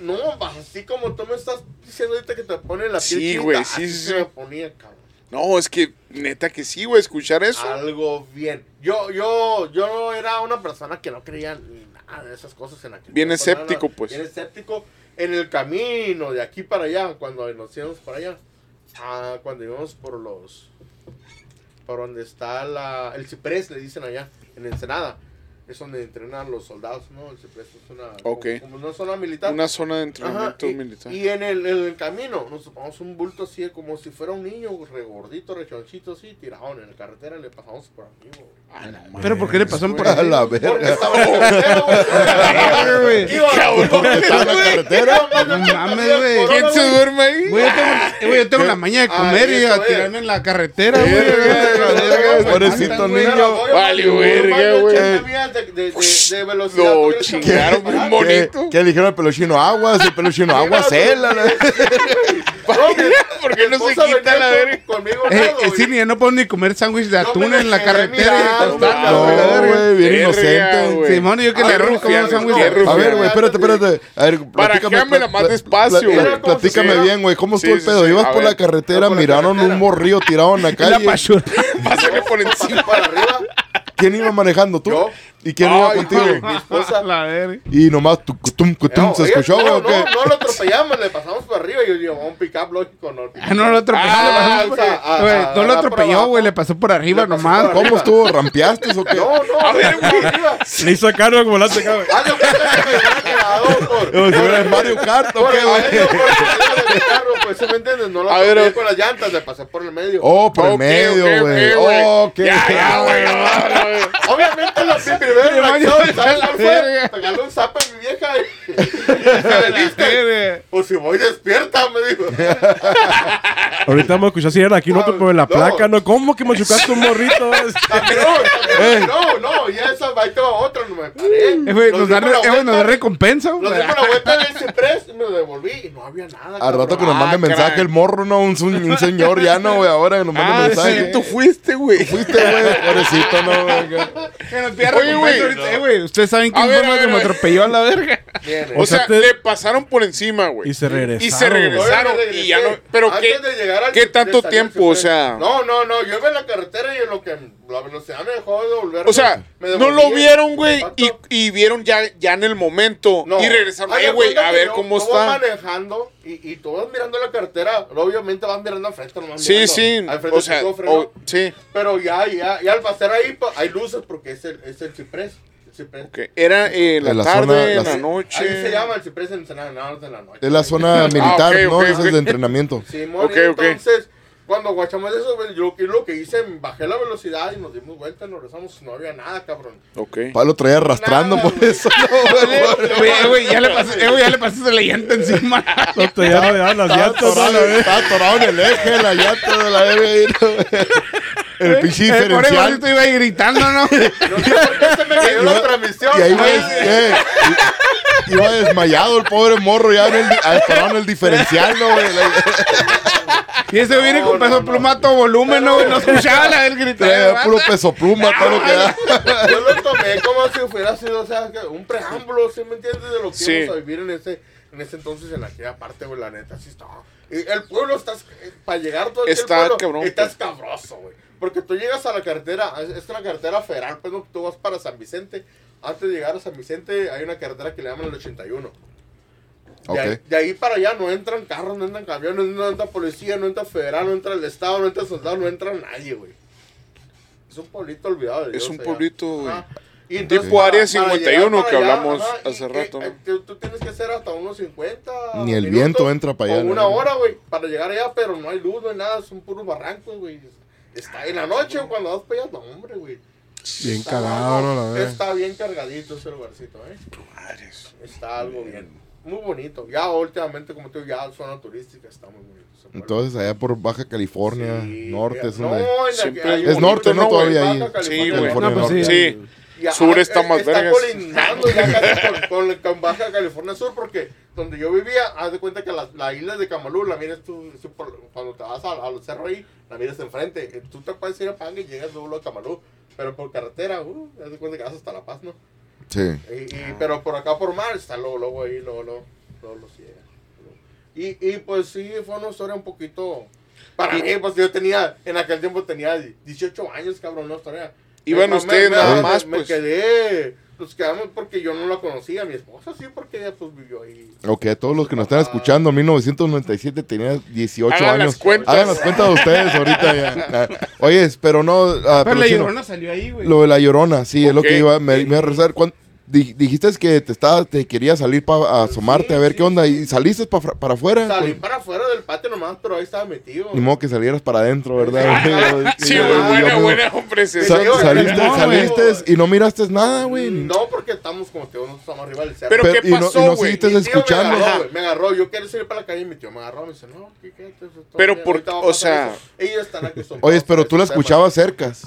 No, así como tú me estás diciendo ahorita que te pone la piel
Sí,
chinita.
güey,
así
sí, sí,
se
sí.
me ponía, cabrón.
No, es que neta que sí, güey, escuchar eso.
Algo bien. Yo, yo, yo no era una persona que no creía ni nada de esas cosas en aquel
Bien
tiempo, nada,
escéptico, pues.
Bien escéptico en el camino de aquí para allá, cuando nos íbamos para allá. Ah, cuando íbamos por los. Por donde está la, el ciprés, le dicen allá, en Ensenada. Es donde entrenan los soldados, ¿no? El ciprés es una.
Ok.
Como, como una zona militar.
Una zona de
Ajá,
entrenamiento
y,
militar.
y en el, en el camino nos topamos un bulto así de como si fuera un niño regordito, rechonchito así, tirado en la carretera y le pasamos por arriba.
Ah, no, mames,
Pero ¿por qué le pasaron por
<laughs> A
ahí?
la
Porque
verga.
estaba soltero,
<laughs>
güey.
güey.
Iba-
Estaba en la carretera.
No mames, güey.
¿Quién se duerme ahí? <laughs>
Güey, yo tengo, güey, yo tengo la maña de comer
Ay,
y
eso
a
es.
tirarme en la carretera, güey.
Verga, verga,
Me
pobrecito
matan,
niño.
güey.
Vale, verga, güey.
De, de, de, de velocidad.
Lo
tú eres capaz de
chingaron,
parar.
mon-
¿Qué,
bonito.
qué le dijeron al peluchino? Aguas, el peluchino, aguas, él.
¿Por
Mi
qué no se
esposa
quita la
venía con-
verga?
Conmigo al
Eh,
lado,
eh,
güey.
sí, ni yo no puedo ni comer sándwich de
me
atún en la
dejé
carretera y
Ah,
mirar,
tostadas,
No,
güey, la verga.
güey, bien
Verga,
inocente.
güey.
Simón, y yo que
Ah,
le agarro como
rufianes,
un sándwich
no,
de
A
rufianes.
ver, güey, espérate, espérate. A ver,
Barajéamela más despacio,
pla- eh,
güey.
Platícame
Sí.
bien, güey. ¿Cómo
Sí,
estuvo el
sí,
pedo?
sí,
Ibas
a
por la
ver.
carretera,
Por la
miraron
carretera.
un morrillo tirado en
<laughs>
la
Y la
calle.
pachurra.
Pásale por encima.
Así para arriba.
¿Quién iba manejando tú?
Yo.
¿Y quién iba
Ay,
contigo?
güey.
<laughs>
Mi esposa.
La verga.
Y nomás tu cutum, cutum,
No,
se
oye,
escuchó, güey.
No,
o qué?
no, no lo atropellamos, le pasamos por arriba y yo digo, un pick-up lógico, no.
Ah, no lo atropelló.
Ah,
güey.
o sea, ah,
Güey,
ah,
no lo
ah, por
atropelló,
abajo.
güey. Le pasó por arriba
Le pasó
nomás.
por arriba.
¿Cómo estuvo? ¿Rampeaste o qué?
No, no,
A ver,
no,
güey.
arriba.
<laughs> Le hizo cargo al volante, cabrón.
Haz de cuenta que pues, me hubiera quedado por-
Como si fuera el Mario Kart o
por
qué,
el
güey.
medio, por el medio del carro, pues, ¿sí me entiendes? No lo
A ver,
atropellé
a ver.
con las llantas, le pasé por el medio.
Oh, por el
Ok,
medio,
ok,
güey.
ok,
Oh, qué.
Ya, ya, güey. ya, ya, güey.
Obviamente la mi primera reacción, ¿sabes cuál fue? Pegarle un zapo a mi vieja y... y se me diste. Pues si voy despierta, me dijo.
Ahorita vamos a escuchar sirena aquí nosotros con la
No.
placa, ¿no? ¿Cómo que machucaste un morrito?
No, no, no, ya esa, ahí te va otra, no me paré.
Eh, güey,
Nos
nos
dimos
da
la
eh, güey, nos da
vuelta.
recompensa,
Nos
güey.
dimos la vuelta del ciprés y me devolví y no había nada.
Al rato que
cabrón.
nos mande
Ah,
mensaje
caray.
el morro, no, un, un- un señor ya, no, güey, ahora que nos mande
Ah,
mensaje.
sí, <laughs> tú fuiste, güey.
Fuiste, güey, pobrecito, no, güey.
Que nos pida
Oye,
recompensa
güey.
ahorita. Eh, güey, ustedes saben
A
quién
ver,
fue
a
la que
ver,
me
a ver.
atropelló a la verga.
<laughs> Viene.
O sea,
te-
le pasaron por encima, güey.
Y se regresaron.
Y se
Ahora
regresaron.
me regresé.
Y ya no. Pero
Antes
qué.
de llegar al
qué
Ciprés,
tanto
salí al
tiempo,
Ciprés.
o sea-
No, no, no. Yo iba en la carretera y en lo que la velocidad me dejó de volver.
O sea,
me
no
devolví ¿eh?
lo
en-
vieron, güey,
en
y,
impacto.
y vieron ya, ya en el momento.
No.
Y regresaron,
Haz de
eh, güey,
cuenta
a
que
ver
yo-
cómo
yo
está.
voy manejando y, y tú vas mirando la carretera. Obviamente vas mirando al frente, no vas
Sí,
mirando
sí.
Al frente
O
del
sea,
picó freno.
o- sí.
Pero ya, ya, ya al pasar ahí, pues, hay luces porque es el, es el ciprés. ciprés.
Ok, Era eh, la,
En la
tarde,
zona-
en
la-
la
Ahí se
noche.
llama el ciprés en Ensenada, no, es de la noche.
Es la zona militar,
ok,
¿no?
ok,
Esa
ok.
es de entrenamiento.
Simón,
Ok,
y
ok.
entonces, cuando guachamos eso, güey, yo y lo que hice, bajé la velocidad y nos dimos vuelta, nos rezamos, no había nada,
<laughs>
cabrón.
Ok.
Pablo traía arrastrando
Nada,
por
güey.
eso. No, güey.
Oye, güey, ya le pasé, eh, güey, ya le pasaste la llanta encima.
No te ya le daban las
Estaba
llantas, ¿no?
atorado,
La vez.
estaba atorado en el eje, la llanta de la verga ahí, ¿no, güey? El pinche
Eh, por eso yo
diferencial.
te iba ahí gritando,
<laughs>
¿no?
No sé por qué se me cayó la transmisión.
Y ahí iba,
güey.
eh, i- iba desmayado el pobre morro ya en el, di- ah, parado en el diferencial, ¿no, güey? La-
Y ese viene
No,
con peso
no, no.
pluma a todo volumen, ¿no? güey? No escuchaba la del eh,
Traía
gritar.
puro peso pluma, todo lo que da.
Yo lo tomé como si fuera sido, o sea, que un preámbulo, ¿sí me entiendes? De lo que
Sí.
íbamos a vivir en ese, en ese entonces, en aquella parte, güey, la neta, sí está. y el pueblo estás, para llegar todo aquel
Está
pueblo,
cabrón, pues.
está escabroso, güey. Porque tú llegas a la carretera, es es la carretera federal, pues no, tú vas para San Vicente. Antes de llegar a San Vicente hay una carretera que le llaman el 81. De, ahí,
Ok.
de ahí para allá no entran carros, no entran camiones, no entra policía, no entra federal, no entra el Estado, no entra soldado, no entra nadie, güey. Es un pueblito olvidado. de
Es
Dios
un
allá.
pueblito, güey.
Ajá. Y
Tipo Área
para- para
51
llegar
que
para allá,
hablamos
y
hace
que-
rato, ¿no?
eh, Tú, tú tienes que hacer hasta unos 50.
Ni el
minutos
viento entra para allá,
O
¿no?
una hora, güey, para llegar allá, pero no hay luz, no hay nada, son puros barrancos, güey. Está en la noche, cuando vas para allá, no, hombre, güey.
Bien
Está-
cagado, ¿no? La vez.
Está bien cargadito ese lugarcito, ¿eh? Está algo bien. Muy bonito. Ya últimamente, como te digo, ya zona turística está muy bonito. ese pueblo.
Entonces allá por Baja California,
Sí,
norte, es
no,
donde...
en la-
Siempre
hay
es
un-
norte, ¿no,
todavía
Baja
ahí?
California,
Sí, güey.
California
No, pues
Norte.
Sí.
Y a-
Sur está más
está
vergas.
colindando ya casi con, con- con Baja California Sur, porque donde yo vivía, haz de cuenta que la, la isla de Camalú, la miras tú, tú por- cuando te vas a, a los cerros ahí, la miras enfrente. Eh, Tú te puedes ir a Panga y llegas luego luego a Camalú, pero por carretera, uh, haz de cuenta que vas hasta La Paz, ¿no?
Sí.
Y,
Ah.
y- pero por acá por mar está luego, luego ahí, luego, luego, luego los llega. Y, y pues sí, fue una historia un poquito... Para mí, pues yo tenía, en aquel tiempo tenía 18 años, cabrón, una historia.
Iban
Me-
ustedes
me-
nada
me-
más,
Me
pues.
quedé, nos quedamos porque yo no la conocía, mi esposa sí, porque ella pues vivió ahí.
Ok, a todos los que nos están escuchando, 1997 tenía 18
Hagan las
años.
cuentas.
Hagan las cuentas de ustedes ahorita
<laughs>
ya. Ah, Oye, pero no. ah,
Pero
pero
la
sí, no.
llorona salió ahí, güey.
Lo de la llorona, sí, es lo
Ok.
que iba. Me, me iba a rezar. ¿Cuán- di- dijiste que te estaba, te quería salir para asomarte a ver
sí,
qué onda. ¿Y saliste pa- para afuera?
Salí
Pues,
para afuera del patio nomás, pero ahí estaba metido.
ni modo que salieras para adentro, ¿verdad?
<laughs> Sí,
Yo-
güey,
yo
buena,
mismo-
buena, hombre. se-
Sa-
Yo-
saliste,
No, güey.
saliste y no miraste nada, güey.
No, porque estamos como te digo, nosotros estamos arriba del cerro.
Pero,
Pero-
¿qué
y no- y no
pasó, güey?
seguiste
Mi tío
escuchando.
Me agarró,
Ajá.
güey, me agarró, yo quiero salir para la calle y mi tío me agarró, me dice, no, ¿qué, qué, qué, qué,
Pero
qué,
por-
ahorita va a
o
pasar
sea-
eso".
<laughs>
Ellos están acostumbrados
Oye, pero
a
tú la
ese tema.
escuchabas cercas.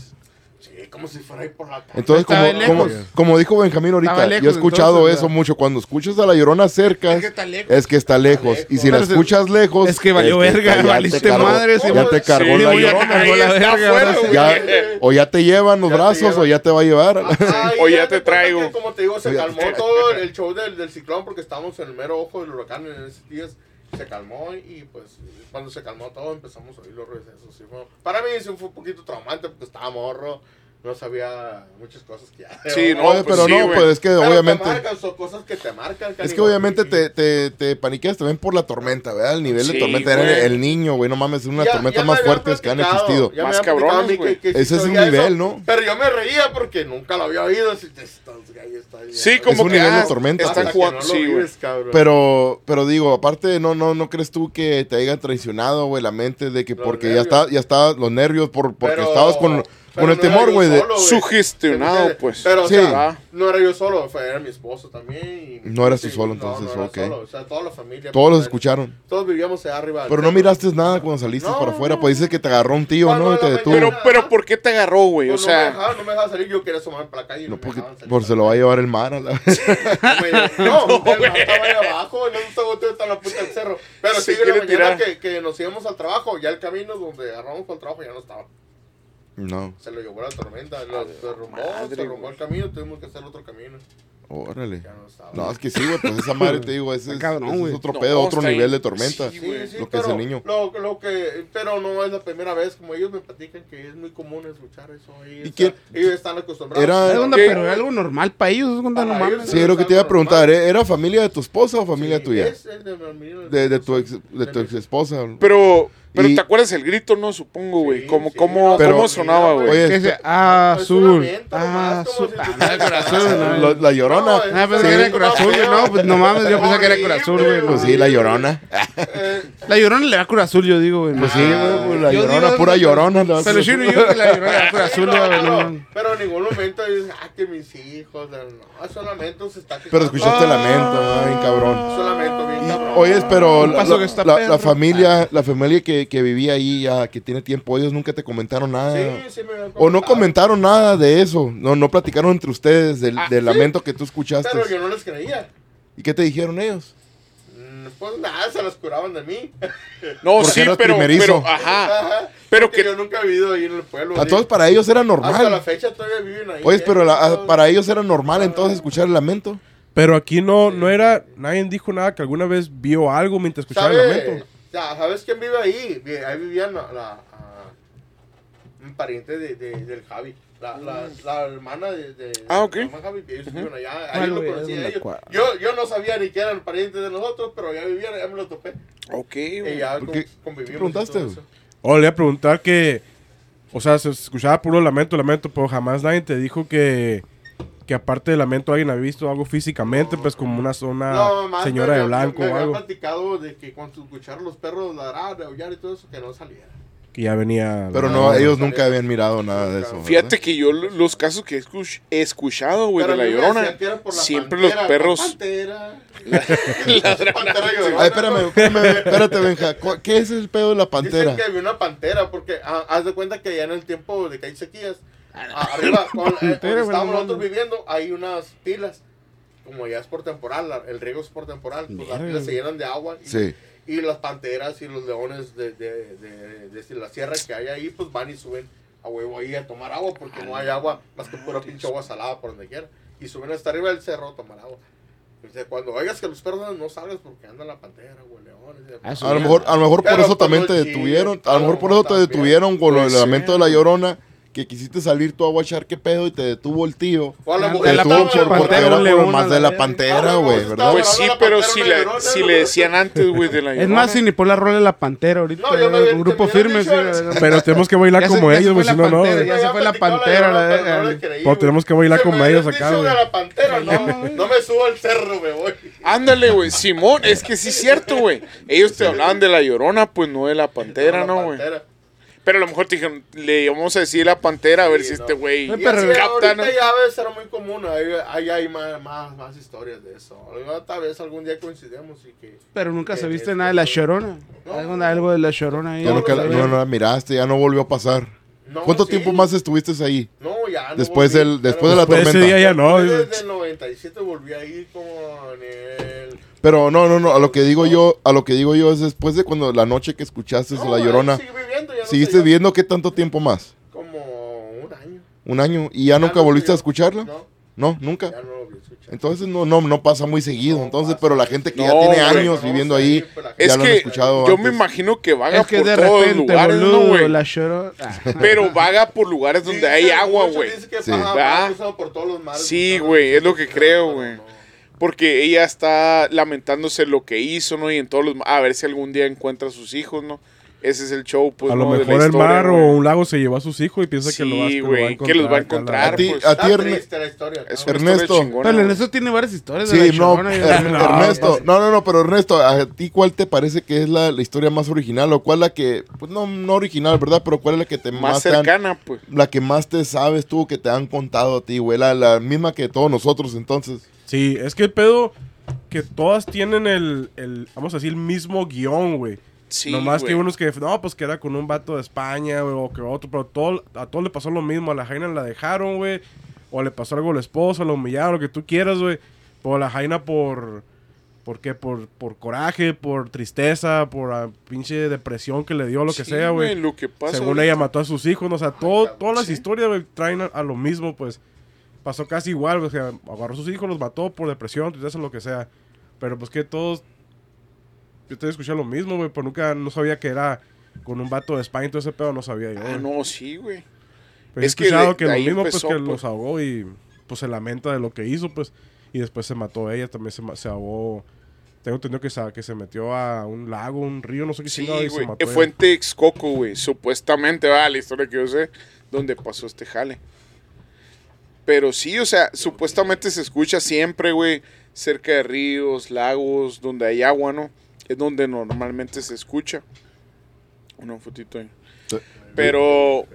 Sí, como si fuera ahí por la calle.
Entonces,
Estaba
como, como,
lejos.
como dijo Benjamín ahorita,
Estaba lejos,
yo he escuchado
entonces,
eso
¿verdad?
mucho. Cuando escuchas a la llorona cerca,
Es que está lejos.
es que está lejos. Y si la
Pero se-
escuchas lejos, este,
es que valió verga,
ya te
valiste
cargó-
madres,
Ya
Simón.
te cargó
Sí,
la
güey,
llorona.
ahí
con la
está
verga,
afuera,
¿verdad?
güey.
Ya- o ya te llevan los
Ya te
brazos,
llevan. Ah,
o ya te va a llevar.
Ajá, y
<laughs> Oye, ya
haz
te
de cuenta
traigo.
que, como te digo, se
Oye,
calmó todo el show del, del ciclón porque estábamos en el mero ojo del huracán en esos días. Se calmó y pues cuando se calmó todo empezamos a oír los ruidos. Eso sí fue- para mí sí fue un poquito traumante porque estaba morro, no sabía muchas cosas que ya.
Sí,
<laughs>
no,
Oye,
pues
pero
sí,
no,
güey.
pues es que
Pero
obviamente.
Te marcan, son cosas que te marcan.
Es que
canijo,
obviamente
y-
te, te, te paniqueas también por la tormenta, ¿verdad? El nivel
Sí,
de tormenta era
güey.
el niño, güey. No mames, es una
Ya-
de las
ya
tormentas
me
más
habían
fuertes que han
platicado,
existido.
ya me
Más
habían platicado
cabrones,
a mí
güey.
que- que
Ese es un
sabía
nivel, ¿no?
Pero yo me reía porque nunca lo había oído. así, estos gallos están-
Sí,
Es
como
un
que
nivel de
ah,
tormenta,
Hasta
están
que
jugando.
no lo
sí, güey.
vives, cabrón.
Pero, pero digo, aparte, no, no, no crees tú que te haya traicionado, güey, la mente de que
Los
porque
nervios.
ya está, ya está los nervios por, porque
Pero-
estabas con,
pero
con el
no era
temor,
yo
güey. de-
solo,
Sugestionado, pues.
Pero, o
Sí.
sea, no era yo solo, fue, era mi esposo también. y-
No eras tú
sí,
solo,
no,
entonces,
no era
ok.
solo, o sea, toda la familia.
Todos los
pues,
escucharon.
Todos vivíamos allá arriba. del
Pero no
cerro.
miraste nada cuando saliste
No,
para afuera,
no.
pues dices que te agarró un tío,
Cuando
¿no? Y
la
te
mañana-
detuvo.
<laughs> Pero, pero, ¿por qué te agarró, güey?
Pues
O
no me
sea,
dejaba, no me dejaba salir, yo quería asomarme para la calle. y
No,
me
porque
dejaban salir.
por se lo va a llevar el mar a la <laughs>
Güey, No, el mar estaba ahí abajo, no estaba boteo hasta la puta del cerro. Pero
Se
sí, en la
quiere
mañana
tirar.
que, que nos íbamos al trabajo, ya el camino donde agarramos para el trabajo ya no estaba.
No,
Se lo llevó la
Ah,
tormenta, lo derrumbó,
madre,
se derrumbó
güey.
el camino, tuvimos que hacer otro camino.
órale.
Ya no estaba.
No, es que sí, güey, pues esa madre te digo, ese es,
Está cabrón,
ese es
güey.
otro
No,
pedo, otro
está ahí.
nivel de tormenta.
Sí,
Sí,
güey.
sí,
Lo que
pero,
es el niño.
Lo, lo que, pero no es la primera vez, como ellos me platican que es muy común escuchar eso. ahí,
¿Y
o sea,
quién-
ellos están acostumbrados.
Era-
Era onda,
¿Qué?
pero era algo normal para ellos, es onda, no
Para ellos,
mames.
Sí, es lo que te iba a preguntar, ¿eh? ¿era familia de tu esposa o familia
Sí,
tuya?
es- es de, mi-
De, de tu ex,
de
de tu
mi-
ex esposa.
pero, Pero
Y-
¿te acuerdas el grito, no? Supongo, güey.
Sí,
¿Cómo,
sí,
cómo,
no,
Pero-
cómo sonaba, güey?
Oye,
Que
esto-
dice, ah,
Es un
azul.
lamento
Ah,
pues, nomás, como
azul.
si
Ah,
tu-
no, el corazón. no.
Lo- la llorona.
No,
Ah, pensé que
Sí.
era Cruz Azul, güey. No, pues no mames, yo pensé que era Cruz Azul,
eh,
güey.
Pues sí, la llorona.
La llorona le va a Cruz Azul, yo digo, güey.
Pues sí, güey, pues
Ah, Yo
la
digo,
llorona,
güey,
pura
pero-
llorona. la-
Pero yo no digo que la llorona le va a Cruz Azul,
Sí, no,
güey.
no,
no.
Pero en ningún momento dices, ah, que mis hijos, no, esos lamentos se está
Pero
quejando.
escuchaste el lamento, ay, cabrón.
Esos lamentos bien
Y,
Ah, cabrón.
oye, pero
Un
la,
paso
la-
que está
la-
perro.
la familia, la familia que, que vivía ahí, ya, que tiene tiempo, ellos nunca te comentaron nada.
Sí, sí me habían
Ah. O no
comentado.
comentaron nada de eso. No, no platicaron entre ustedes del, del lamento que tú escuchaste.
Pero yo no les creía.
¿Y qué te dijeron ellos?
Mm, Pues nada, se las curaban de mí.
No,
Porque
sí,
eras
pero,
primerizo.
pero, ajá.
Ajá, <laughs>
Pero
porque
que-
yo nunca he vivido ahí en el pueblo.
A
digo.
todos para ellos era
Hasta la
normal.
fecha todavía viven ahí.
Oye,
¿eh?
pero la- a-
Todos-
para ellos era normal entonces escuchar el lamento.
Pero aquí no, no era, nadie dijo nada que alguna vez vio algo mientras escuchaba el
¿Sabes?
lamento.
Ya, ¿Sabes quién vive ahí? Vi- Ahí vivían la, la- a- un pariente de, de- del Javi. La, la, la hermana de, de-
Ah, ok.
de la mamá Javi, ellos vivían allá, ahí
Ay,
lo
güey,
conocí
es
a
una
ellos.
cuadra.
Yo, yo no sabía ni que eran parientes de nosotros, pero ya vivían, ya me lo topé.
Ok,
Y
güey.
ya
¿Por
con-
qué? ¿Qué
convivimos. y
preguntaste,
todo eso.
O Oh, le iba a preguntar que, o sea, se escuchaba puro lamento, lamento, pero jamás nadie te dijo que, que aparte del lamento alguien había visto algo físicamente, pues como una zona
No, más
señora
me-
de
me-
blanco
me
o
habían
algo,
platicado de que cuando escucharon los perros ladrar, aullar y todo eso, que no saliera.
que ya venía.
Pero
la-
no, ellos
no.
nunca habían mirado nada de eso. ¿verdad?
Fíjate que yo lo- los casos que he escuch- he escuchado, güey,
Pero
de
a
la
mí me
llorona,
decían que era por la
siempre los
pantera, la
perros.
Pantera.
ladran.
Pantera
Ay,
llorona,
Ah, espérame,
¿no?
espérame, espérate, Benja. ¿Cu- ¿Qué es el pedo de la pantera?
Dicen que había una pantera, porque ah, haz de cuenta que allá en el tiempo de que hay sequías, a- arriba, con- eh, donde
güey,
estábamos
no
nosotros
mames.
viviendo, hay unas pilas. Como ya es por temporal, la- el riego es por temporal, pues las pilas se llenan de agua. Y,
Sí.
y las panteras y los leones de, de, de- de la sierra que hay ahí, pues van y suben a huevo ahí a tomar agua, porque no hay agua más que pura pinche agua salada por donde quiera. Y suben hasta arriba del cerro a tomar agua. Dice, cuando oigas que los perros no salgas porque anda la pantera o el león. dice,
Ah,
A lo mejor, a lo mejor por
Pero
eso también te
por los
detuvieron.
chiles,
A lo mejor por eso te
también.
detuvieron con
Puede
el lamento de la
ser.
llorona. Que quisiste salir tú a guachar qué pedo y te detuvo el tío.
O a la
De
Te
mujer
la
detuvo
estaba-
por, por
pantera,
era por
un león,
más
a la
de la
verga.
pantera,
Ah,
güey,
no,
¿verdad?
estaba-
Pues sí,
Ahora la
pero
pantera
si,
no
la-
llorona,
si
¿no?
le decían antes, güey, de la llorona.
Es más, si ni por la rola la pantera ahorita.
No, yo me había-
grupo
me hubieran
firme.
dicho,
sí,
"Eres-
la verdad.
Pero tenemos que bailar
Ya se-
como
ya se fue
ellos, güey,
la
si no, no.
pantera,
güey.
ya se fue la
platicaba
pantera,
llorona,
la
pero
verga,
no le
güey.
creí,
Pues
güey.
tenemos que bailar
Se
como
me dio
ellos
el
acá,
ticio
güey.
de la pantera, no, no me subo al cerro, me voy.
Ándale, güey, Simón, es que sí es cierto, güey. Ellos te hablaban de la llorona, pues no de la pantera,
La
¿no, güey?
pantera.
Pero a lo mejor te dijeron, le vamos a decir la pantera a ver
Sí,
si
no.
este güey
Ay,
Y así,
pero-
capta,
ahorita
¿no?
ya ves, era muy común, ahí, ahí hay más, más, más historias de eso. Ahora, Tal vez algún día coincidemos y que...
Pero nunca se
Eh,
viste
eh,
nada de la
eh,
llorona. Algo- Algo de la llorona ahí.
Ya nunca la-
no,
no, no la miraste, ya no volvió a pasar.
No,
¿Cuánto
sí.
tiempo más estuviste ahí?
No, ya no
Después
volví,
del-
ya
después de la
Pues ese
tormenta.
día ya no.
Después
güey.
del 97 volví a ir con el...
Pero no, no, no, a lo que digo yo, a lo que digo yo es después de cuando la noche que escuchaste
No,
la
ahí
llorona,
sigue viviendo, ya no sé
¿seguiste
yo,
viendo qué tanto tiempo más?
Como un año.
¿Un año? ¿Y ya nunca
no
volviste
sé
a
yo.
escucharla?
No,
No,
ya
nunca.
no lo volví a escuchar.
Entonces no, no, no pasa muy seguido.
No
Entonces,
pasa.
pero la gente que ya
No,
tiene
güey,
años
no,
viviendo
sí,
ahí,
pues la gente-
ya
Es
lo han
que
escuchado.
yo
antes.
me imagino que vaga
Es que
por
de
todos
repente,
lugares, ¿no,
boludo,
güey?
la llorona.
<laughs>
Ah.
<laughs>
Pero vaga por lugares donde
Sí,
hay
dicen
agua,
mucho,
güey.
dicen que
Sí.
paja,
¿Va?
ha cruzado por todos los mares,
Sí,
¿verdad?
güey, es lo que creo,
Pero
güey.
no.
Porque ella está lamentándose lo que hizo, ¿no? Y en todos los... A ver si algún día encuentra a sus hijos, ¿no? Ese es el show, pues,
a lo
¿no? De la
mejor el
historia,
mar
güey.
o un lago se llevó a sus hijos y piensa que, lo va,
Sí,
que lo
güey, que los va a encontrar.
A ti,
pues,
a ti,
Está
Erne-
triste la historia.
Es
¿no?
una historia
Ernesto.
chingona,
Pero en
güey.
eso tiene varias historias de
Sí,
la
no,
llorona.
Er-
yo <laughs> también.
Ernesto, no, no, no, pero Ernesto, ¿a ti cuál te parece que es la, la historia más original o cuál la que, pues no, no original, ¿verdad? Pero cuál es la que te
Más
te han-
cercana, pues.
la que más te sabes tú que te han contado a ti, güey, la, la misma que todos nosotros entonces.
Sí, es que el pedo que todas tienen el, el vamos a decir, el mismo guión, güey.
Sí,
Nomás
güey.
que unos que, no, pues que era con un vato de España, güey, o que otro, pero todo, a todos le pasó lo mismo. A la Jaina la dejaron, güey, o le pasó algo al esposo, la humillaron, lo que tú quieras, güey. Pero la Jaina por, ¿por qué? Por, por coraje, por tristeza, por ah, pinche depresión que le dio, lo que
Sí,
sea, güey.
Lo que pasa.
Según
güey.
ella mató a sus hijos, ¿no? o sea, todo, todas las
sí.
historias güey, traen a, a lo mismo, pues. Pasó casi igual, o sea, agarró a sus hijos, los mató por depresión, tristeza, lo que sea. Pero pues que todos. Yo te escuché lo mismo, güey, pero nunca no sabía que era con un vato de España y todo ese pedo, no sabía yo.
Ah,
güey.
no, sí, güey.
Pero he
es que
escuchado
de-
que,
de
lo
ahí
mismo,
empezó,
pues que
pues.
los ahogó y pues se lamenta de lo que hizo, pues. Y después se mató ella, también se, ma- se ahogó. Tengo entendido que se, que se metió a un lago, un río, no sé qué
Sí,
chingado, y se
güey.
mató
eh,
ahí.
Fue en Texcoco, güey. Supuestamente, va, la historia que yo sé, donde pasó este jale. Pero sí, o sea, supuestamente se escucha siempre, güey, cerca de ríos, lagos, donde hay agua, ¿no? Es donde normalmente se escucha. Una fotito ahí.
Sí.
Pero.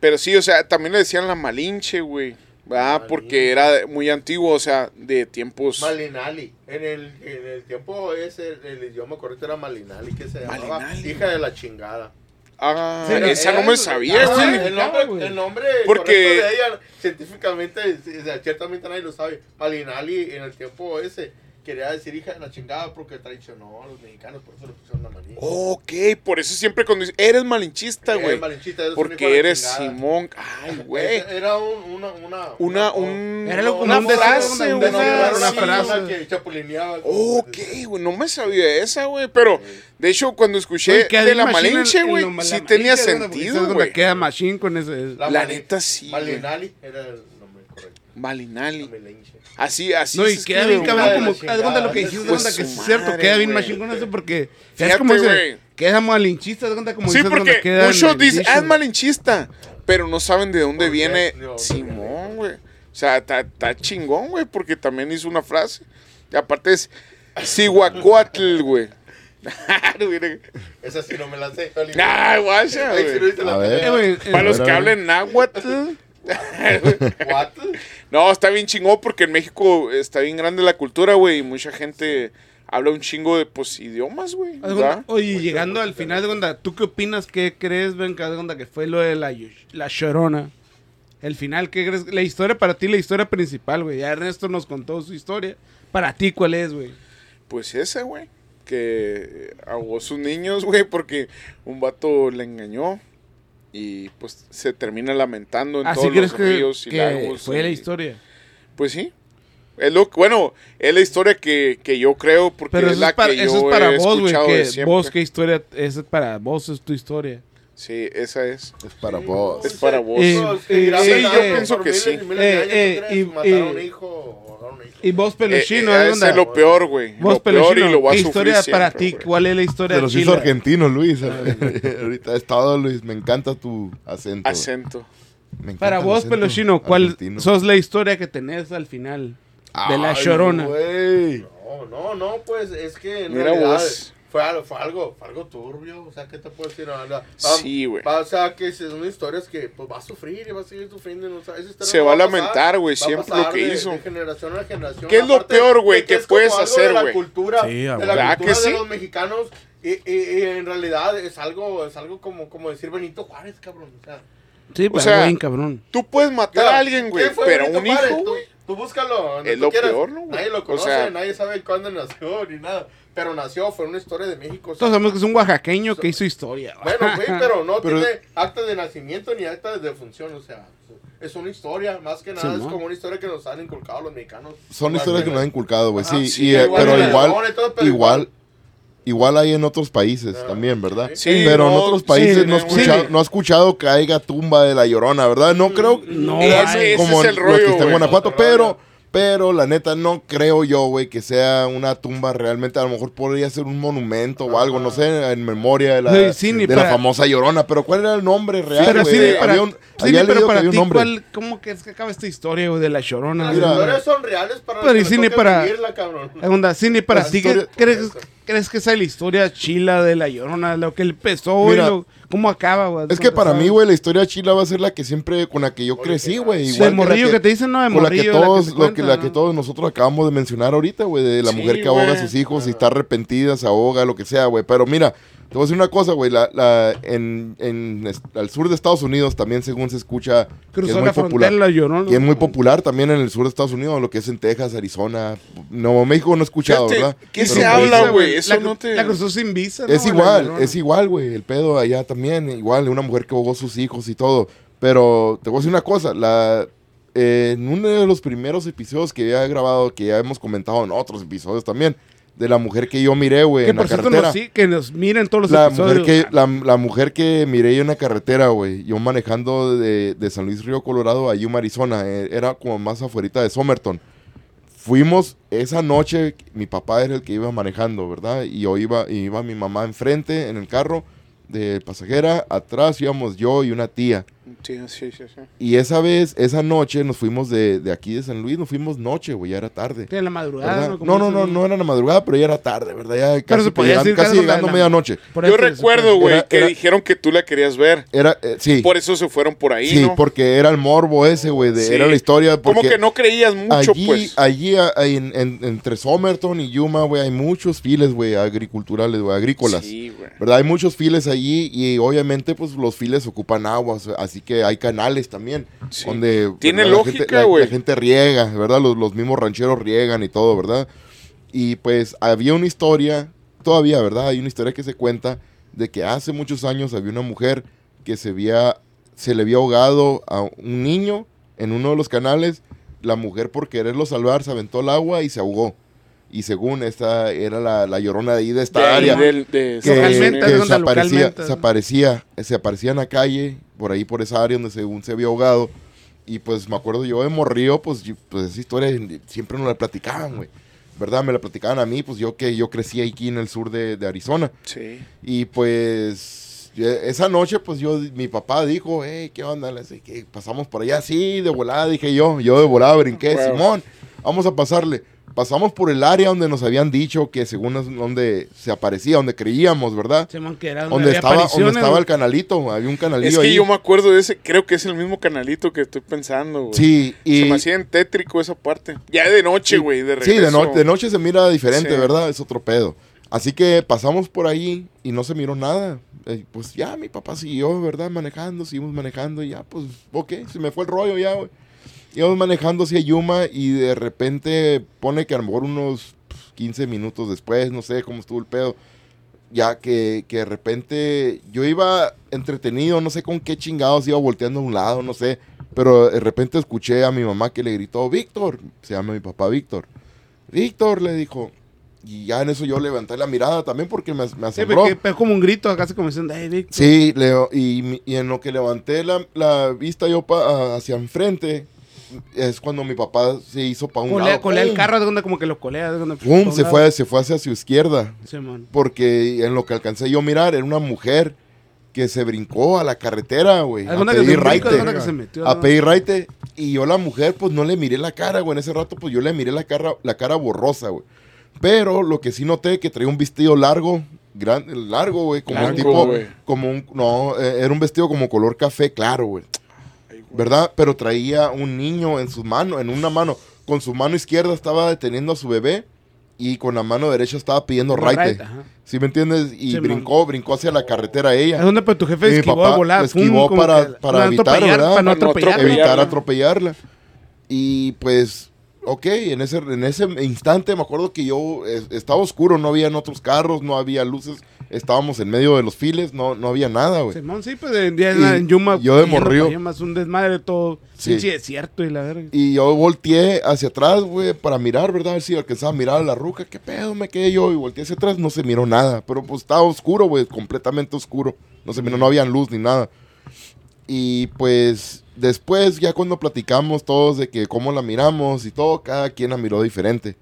Pero sí, o sea, también le decían la Malinche, güey. Ah, porque era de- muy antiguo, o sea, de tiempos.
Malinali. En el, en el tiempo ese, el idioma correcto era Malinali, que se llamaba
Malinali.
hija de la chingada.
Ah,
Sí,
esa no me sabía,
Ah,
güey.
El nombre,
güey.
el nombre
Porque-
correcto de ella, científicamente, o sea, ciertamente nadie lo sabe. Malinali en el tiempo ese quería decir hija de la chingada porque traicionó a los mexicanos, por eso le pusieron la malinche.
Ok, por eso siempre cuando dice, eres malinchista,
Eh,
Oh, güey.
malinchita, eres un hijo de
porque
la
eres
chingada.
Simón.
<laughs>
Ay, güey.
Era era un, una, una,
Una, un,
Era lo-
una
un deseo,
frase,
una-
güey.
una-
Sí,
frase.
una que chapulineaba.
Ok, güey, no me sabía esa, güey. Pero, de hecho, cuando escuché
Oye, que
de la
Machine en-
Malinche,
en
güey,
lo- la
sí
Malinche,
tenía
güey, porque
sentido,
es
güey.
donde queda Machine con ese...
La
mali-
neta sí, güey.
Malinali era el nombre correcto. La
Malinali.
melenche.
Así, así.
No,
se
y queda
escribe,
bien
güey.
cabrón
madre,
Ah, como...
la
Haz de cuenta lo que
chingada.
dijiste, haz de
Pues
cuenta que
su
es cierto,
madre,
queda bien
güey.
machín con eso porque...
Fíjate,
es como
güey.
ese... Queda malinchista, haz de cuenta como
Sí,
dices, donde
porque
queda en
muchos
el
dicen,
dicho,
ah, es
güey.
malinchista, pero no saben de dónde
¿Por qué?
viene
¿De dónde
Simón, güey. O sea, está chingón, güey, porque también hizo una frase. Y aparte es Cihuacuatl, güey. <laughs> Ah,
Esa sí no me la sé. Oli.
Nah, guacha,
Ay, si no
güey.
hice
A
la
ver.
tarea.
Eh, güey, eh,
Para los
A ver,
que
a ver.
hablen náhuatl.
What?
No, está bien chingón porque en México está bien grande la cultura, güey, y mucha gente habla un chingo de pues idiomas, güey.
Haz de cuenta-
¿verdad?
Oye, llegando al final de onda, ¿tú qué opinas? ¿Qué crees, Ben, que haz de cuenta que fue lo de la, Yosh- la Llorona? El final, ¿qué crees? La historia para ti, la historia principal, güey. Ya Ernesto nos contó su historia. Para ti, ¿cuál es, güey?
Pues ese, güey. Que ahogó sus niños, güey, porque un vato le engañó. Y pues se termina lamentando en
Así
todos
Ah, crees
los
que,
ríos y
que
lagos.
fue la
y-
historia.
Pues sí. Es lo, bueno, es la historia que, que yo creo, porque
Pero
es
eso
la
es para,
que
eso es
yo
para
he
vos, güey.
escuchado de
Que
siempre.
vos, ¿qué historia? Esa es para vos, es tu historia.
Sí, esa es.
Es para vos.
Es para vos.
Eh, eh,
Gran
sí,
pecado
yo
por
pienso que
miles
sí.
y miles de
Eh,
años,
eh,
¿tú crees?
y-
Matar a un
y-
hijo o ahogar a un hijo.
Y vos, Peluchino,
Eh, eh,
haz de
ese
onda.
es lo peor, güey.
Vos,
Lo peor y lo
Peluchino,
va a
¿qué
sufrir
historia para
siempre,
ti?
güey.
¿Cuál es la historia
Pero sí
chila?
hizo argentino, Luis. <laughs> Ahorita he estado, Luis. Me encanta tu acento. güey.
Acento.
Me encanta
Para
el
vos,
acento
Peluchino, ¿cuál
argentino.
sos la historia que tenés al final? de la
Ay,
Llorona.
güey.
No, no, no, pues es que en
Mira
realidad
vos.
Fue, al- fue algo, fue algo turbio, o sea, ¿qué te puedo decir? Ah, La verdad?
Sí, güey.
va- O sea, que son historias que pues va a sufrir y va a seguir sufriendo. no sabe, esa historia
Se
no
va a
pasar,
lamentar, güey,
va a
siempre
pasar
lo que
de-
hizo.
de generación a generación.
¿Qué es lo
Aparte,
peor, güey,
de
que
es
puedes
como algo
hacer,
de la
güey?
cultura,
Sí,
de la
¿verdad que
cultura
sí?
de los mexicanos y, y- y en realidad es algo, es algo como, como decir Benito Juárez, cabrón. O sea,
Sí,
O
pues,
para
sea,
bien, cabrón.
Tú puedes matar a alguien, güey,
¿quién fue
pero a
Benito
un
Juárez?
hijo,
Tú-
güey.
Tú, búscalo. donde
Es
tú
lo
quieras.
peor, ¿no, güey?
Nadie
O
lo conoce,
sea-
nadie sabe cuándo nació ni nada. Pero nació, fue una historia de México. o sea,
Todos sabemos que es un oaxaqueño que hizo historia. güey.
bueno, güey,
<laughs>
pero no
Pero-
tiene acta de nacimiento ni acta de defunción. O sea, es una historia. Más que nada, es
¿no?
como una historia que nos han inculcado los mexicanos.
Son historias que nos han inculcado, güey.
Ajá,
Sí,
sí,
y, eh,
igual
pero
en la
igual,
Llorona y todo, pero
igual,
igual.
igual hay en otros países
Ah,
también, ¿verdad?
sí.
pero en
no,
otros países
sí,
no, he
sí.
escuchado, no he escuchado que haya tumba de la llorona, ¿verdad? No creo.
No,
que-
ese-
ese
como
es el
los
rollo,
que están en
güey.
Guanajuato,
Otro
pero.
rollo.
Pero la neta no creo yo, güey, que sea una tumba realmente. A lo mejor podría ser un monumento o algo, no sé, en memoria de la,
No, y sí, ni
de la
para-
famosa llorona. Pero ¿cuál era el nombre real,
pero
güey?
sí,
Había
para,
un-
sí,
había
pero
leído que
para
había un
ti,
nombre.
¿cuál, ¿cómo que es que acaba esta historia, güey, de la llorona?
Las
Mira.
güey?
historias son reales para
Pero
los
y
que
sí,
les
ni
toca
para-
vivirla, cabrón.
¿Qué onda? Sí, ni para
La
ti, ¿qué-
historia-
¿crees, ¿crees que esa es la historia chila de la llorona? Lo que él empezó, güey,
Mira.
lo- ¿cómo acaba, güey?
Es que para mí, güey, la historia chila va a ser la que siempre, con la que yo
Oye,
crecí,
qué
güey.
Sí,
Igual
el morrillo que, te dicen, no, de
con la que
morrillo.
todos,
te
lo que, la
cuentan,
que
¿no?
todos nosotros acabamos de mencionar ahorita, güey, de la
Sí,
mujer que ahoga a
güey.
sus hijos y está arrepentida, se ahoga, lo que sea, güey. Pero mira, te voy a decir una cosa, güey, la, la- en, en es- al sur de Estados Unidos también, según se escucha, que es
Cruzó
muy
la
popular.
frontera la llorona.
Y es muy popular también en el sur de Estados Unidos, lo que es en Texas, Arizona, Nuevo México no he escuchado,
Fíjate,
¿verdad?
¿qué
Pero
se
pues,
habla,
Visa,
güey? Eso
la,
no te-
la cruzó sin visa.
es
¿no? La
igual,
llorona.
es igual, güey. El pedo allá también, igual, una mujer que ahogó sus hijos y todo. Pero te voy a decir una cosa, la, eh, en uno de los primeros episodios que había grabado, que ya hemos comentado en otros episodios también, de la mujer que yo miré, güey,
Que
en la
por cierto, nos,
carretera.
sí, que nos miren todos los
La
episodios.
mujer, que, la, la mujer que miré yo en la carretera, güey, yo e, manejando de, de San Luis Río Colorado a Yuma, Arizona, eh, era como más afuerita de Somerton. fuimos esa noche, mi papá era el que iba manejando, ¿verdad? Y yo iba, y iba mi mamá enfrente en el carro de pasajera, atrás íbamos yo y una tía.
Sí, sí, sí. sí.
Y esa vez, esa noche, nos fuimos de, de aquí de San Luis, nos fuimos noche, güey, ya era tarde.
Sí, en la madrugada.
¿verdad? No, no, no, no era la madrugada, pero ya era tarde, ¿verdad? Ya casi,
se podía
llegan-
decir que
casi
era
llegando
la-
medianoche.
Por
Yo
eso-
recuerdo, güey,
Era-
que
era-
dijeron que tú la querías ver.
Era, eh, sí,
Por eso se fueron por ahí,
sí,
¿no?
porque era el morbo ese, güey, de-
Sí.
era la historia.
Como
Porque
que no creías mucho,
allí,
pues.
allí a- a- en- en- entre Somerton y Yuma, güey, hay muchos files, güey, agriculturales, güey, agrícolas.
Sí, güey.
¿Verdad? Hay muchos files allí y obviamente pues los files ocupan aguas, así que hay canales también.
Sí.
Donde
Tiene
¿verdad? La
lógica,
gente- la-
güey.
La, gente riega, ¿verdad? Los, los mismos rancheros riegan y todo, ¿verdad? Y pues había una historia, todavía, ¿verdad? Hay una historia que se cuenta de que hace muchos años había una mujer que se, había, se le había ahogado a un niño en uno de los canales. La mujer por quererlo salvar se aventó al agua y se ahogó. Y según esta era la, la llorona de ahí de esta
De ahí,
área
del- de
que,
San Luis.
Localmente,
que
¿dónde?
se, aparecía,
Localmente.
se, aparecía, se aparecía en la calle, por ahí, por esa área donde según se había ahogado. Y pues me acuerdo yo de Morrío, pues, yo- pues esa historia siempre nos la platicaban, güey. ¿Verdad? Me la platicaban a mí, pues yo que yo crecí aquí en el sur de, de Arizona.
Sí.
Y pues eh, esa noche, pues yo, mi papá dijo, hey, ¿qué onda? Le dije, "¿Qué? pasamos por allá, sí, de volada, dije yo, yo de volada brinqué,
Huevo.
Simón, vamos a pasarle. Pasamos por el área donde nos habían dicho que según es donde se aparecía, donde creíamos, ¿verdad?
Simón, que era
donde
había
estaba, donde
apariciones,
estaba
güey.
el canalito, había un canalillo
Es que
ahí.
yo me acuerdo de ese, creo que es el mismo canalito que estoy pensando, güey.
sí, y
Se me hacía en tétrico esa parte. Ya de noche, güey, de
sí,
regreso.
de, no- de noche se mira diferente,
Sí.
¿verdad? Es otro pedo. Así que pasamos por ahí y no se miró nada. Eh, pues ya mi papá siguió, ¿verdad? Manejando, seguimos manejando y ya, pues, ok, se me fue el rollo ya, güey. Íbamos manejando hacia Yuma y de repente pone que a lo mejor unos pf, 15 minutos después, no sé cómo estuvo el pedo, ya que, que de repente yo iba entretenido, no sé con qué chingados iba volteando a un lado, no sé, pero de repente escuché a mi mamá que le gritó, Víctor, se llama mi papá Víctor, Víctor le dijo, y ya en eso yo levanté la mirada también porque me, as- me
Sí,
asombró.
porque Es como un grito, acá se como diciendo, "Ey, Vic".
Sí, Leo, y, mi- y en lo que levanté la, la vista yo pa- a- hacia enfrente, es cuando mi papá se hizo para un
Colea,
lado.
colea el
¡Pum!
carro, haz de cuenta como que lo colea. haz de cuenta, pa'
¡Pum!
un
Se
lado.
fue, se fue hacia su izquierda,
Simón.
porque en lo que alcancé yo a mirar, era una mujer que se brincó a la carretera, güey,
Haz de
a
cuenta que se
pedir
brincó, haz de
raite.
cuenta que se metió,
A
¿no?
pedir raite, y yo la mujer, pues no le miré la cara, güey, en ese rato, pues yo le miré la cara, la cara borrosa, güey. Pero lo que sí noté que traía un vestido largo, gran, largo, güey, como
Blanco,
un tipo,
güey.
como un, no, eh, era un vestido como color café claro, güey,
Ay, güey.
¿verdad? Pero traía un niño en sus manos, en una mano, con su mano izquierda estaba deteniendo a su bebé y con la mano derecha estaba pidiendo
Como
raite,
raite, ajá.
¿sí me entiendes? Y
Simón.
brincó, brincó hacia la carretera
Es
ella,
donde pues tu jefe
Y mi
esquivó
papá
de volada.
lo
pum,
esquivó
como
para-
que
para evitar, ¿verdad?
atropellar, Para no
Para no
atropellar.
atropellar.
evitar
¿no?
atropellarla. Y pues, ok, en ese, en ese instante me acuerdo que yo eh, estaba oscuro, no había otros carros, no había luces, estábamos en medio de los files, no, no había nada, güey.
Simón, sí, pues en, en, en Yuma.
yo de
yendo para
morrillo.
allá, Más un desmadre todo.
Sí.
Sí. desierto y la verga.
Y yo volteé hacia atrás, güey, para mirar, ¿verdad? A ver si alcanzaba a mirar a la ruca. ¿Qué pedo me quedé yo? Y volteé hacia atrás, no se miró nada. Pero pues estaba oscuro, güey, completamente oscuro. No se miró, no había luz ni nada. Y pues después, ya cuando platicamos todos de que cómo la miramos y todo, cada quien la miró diferente,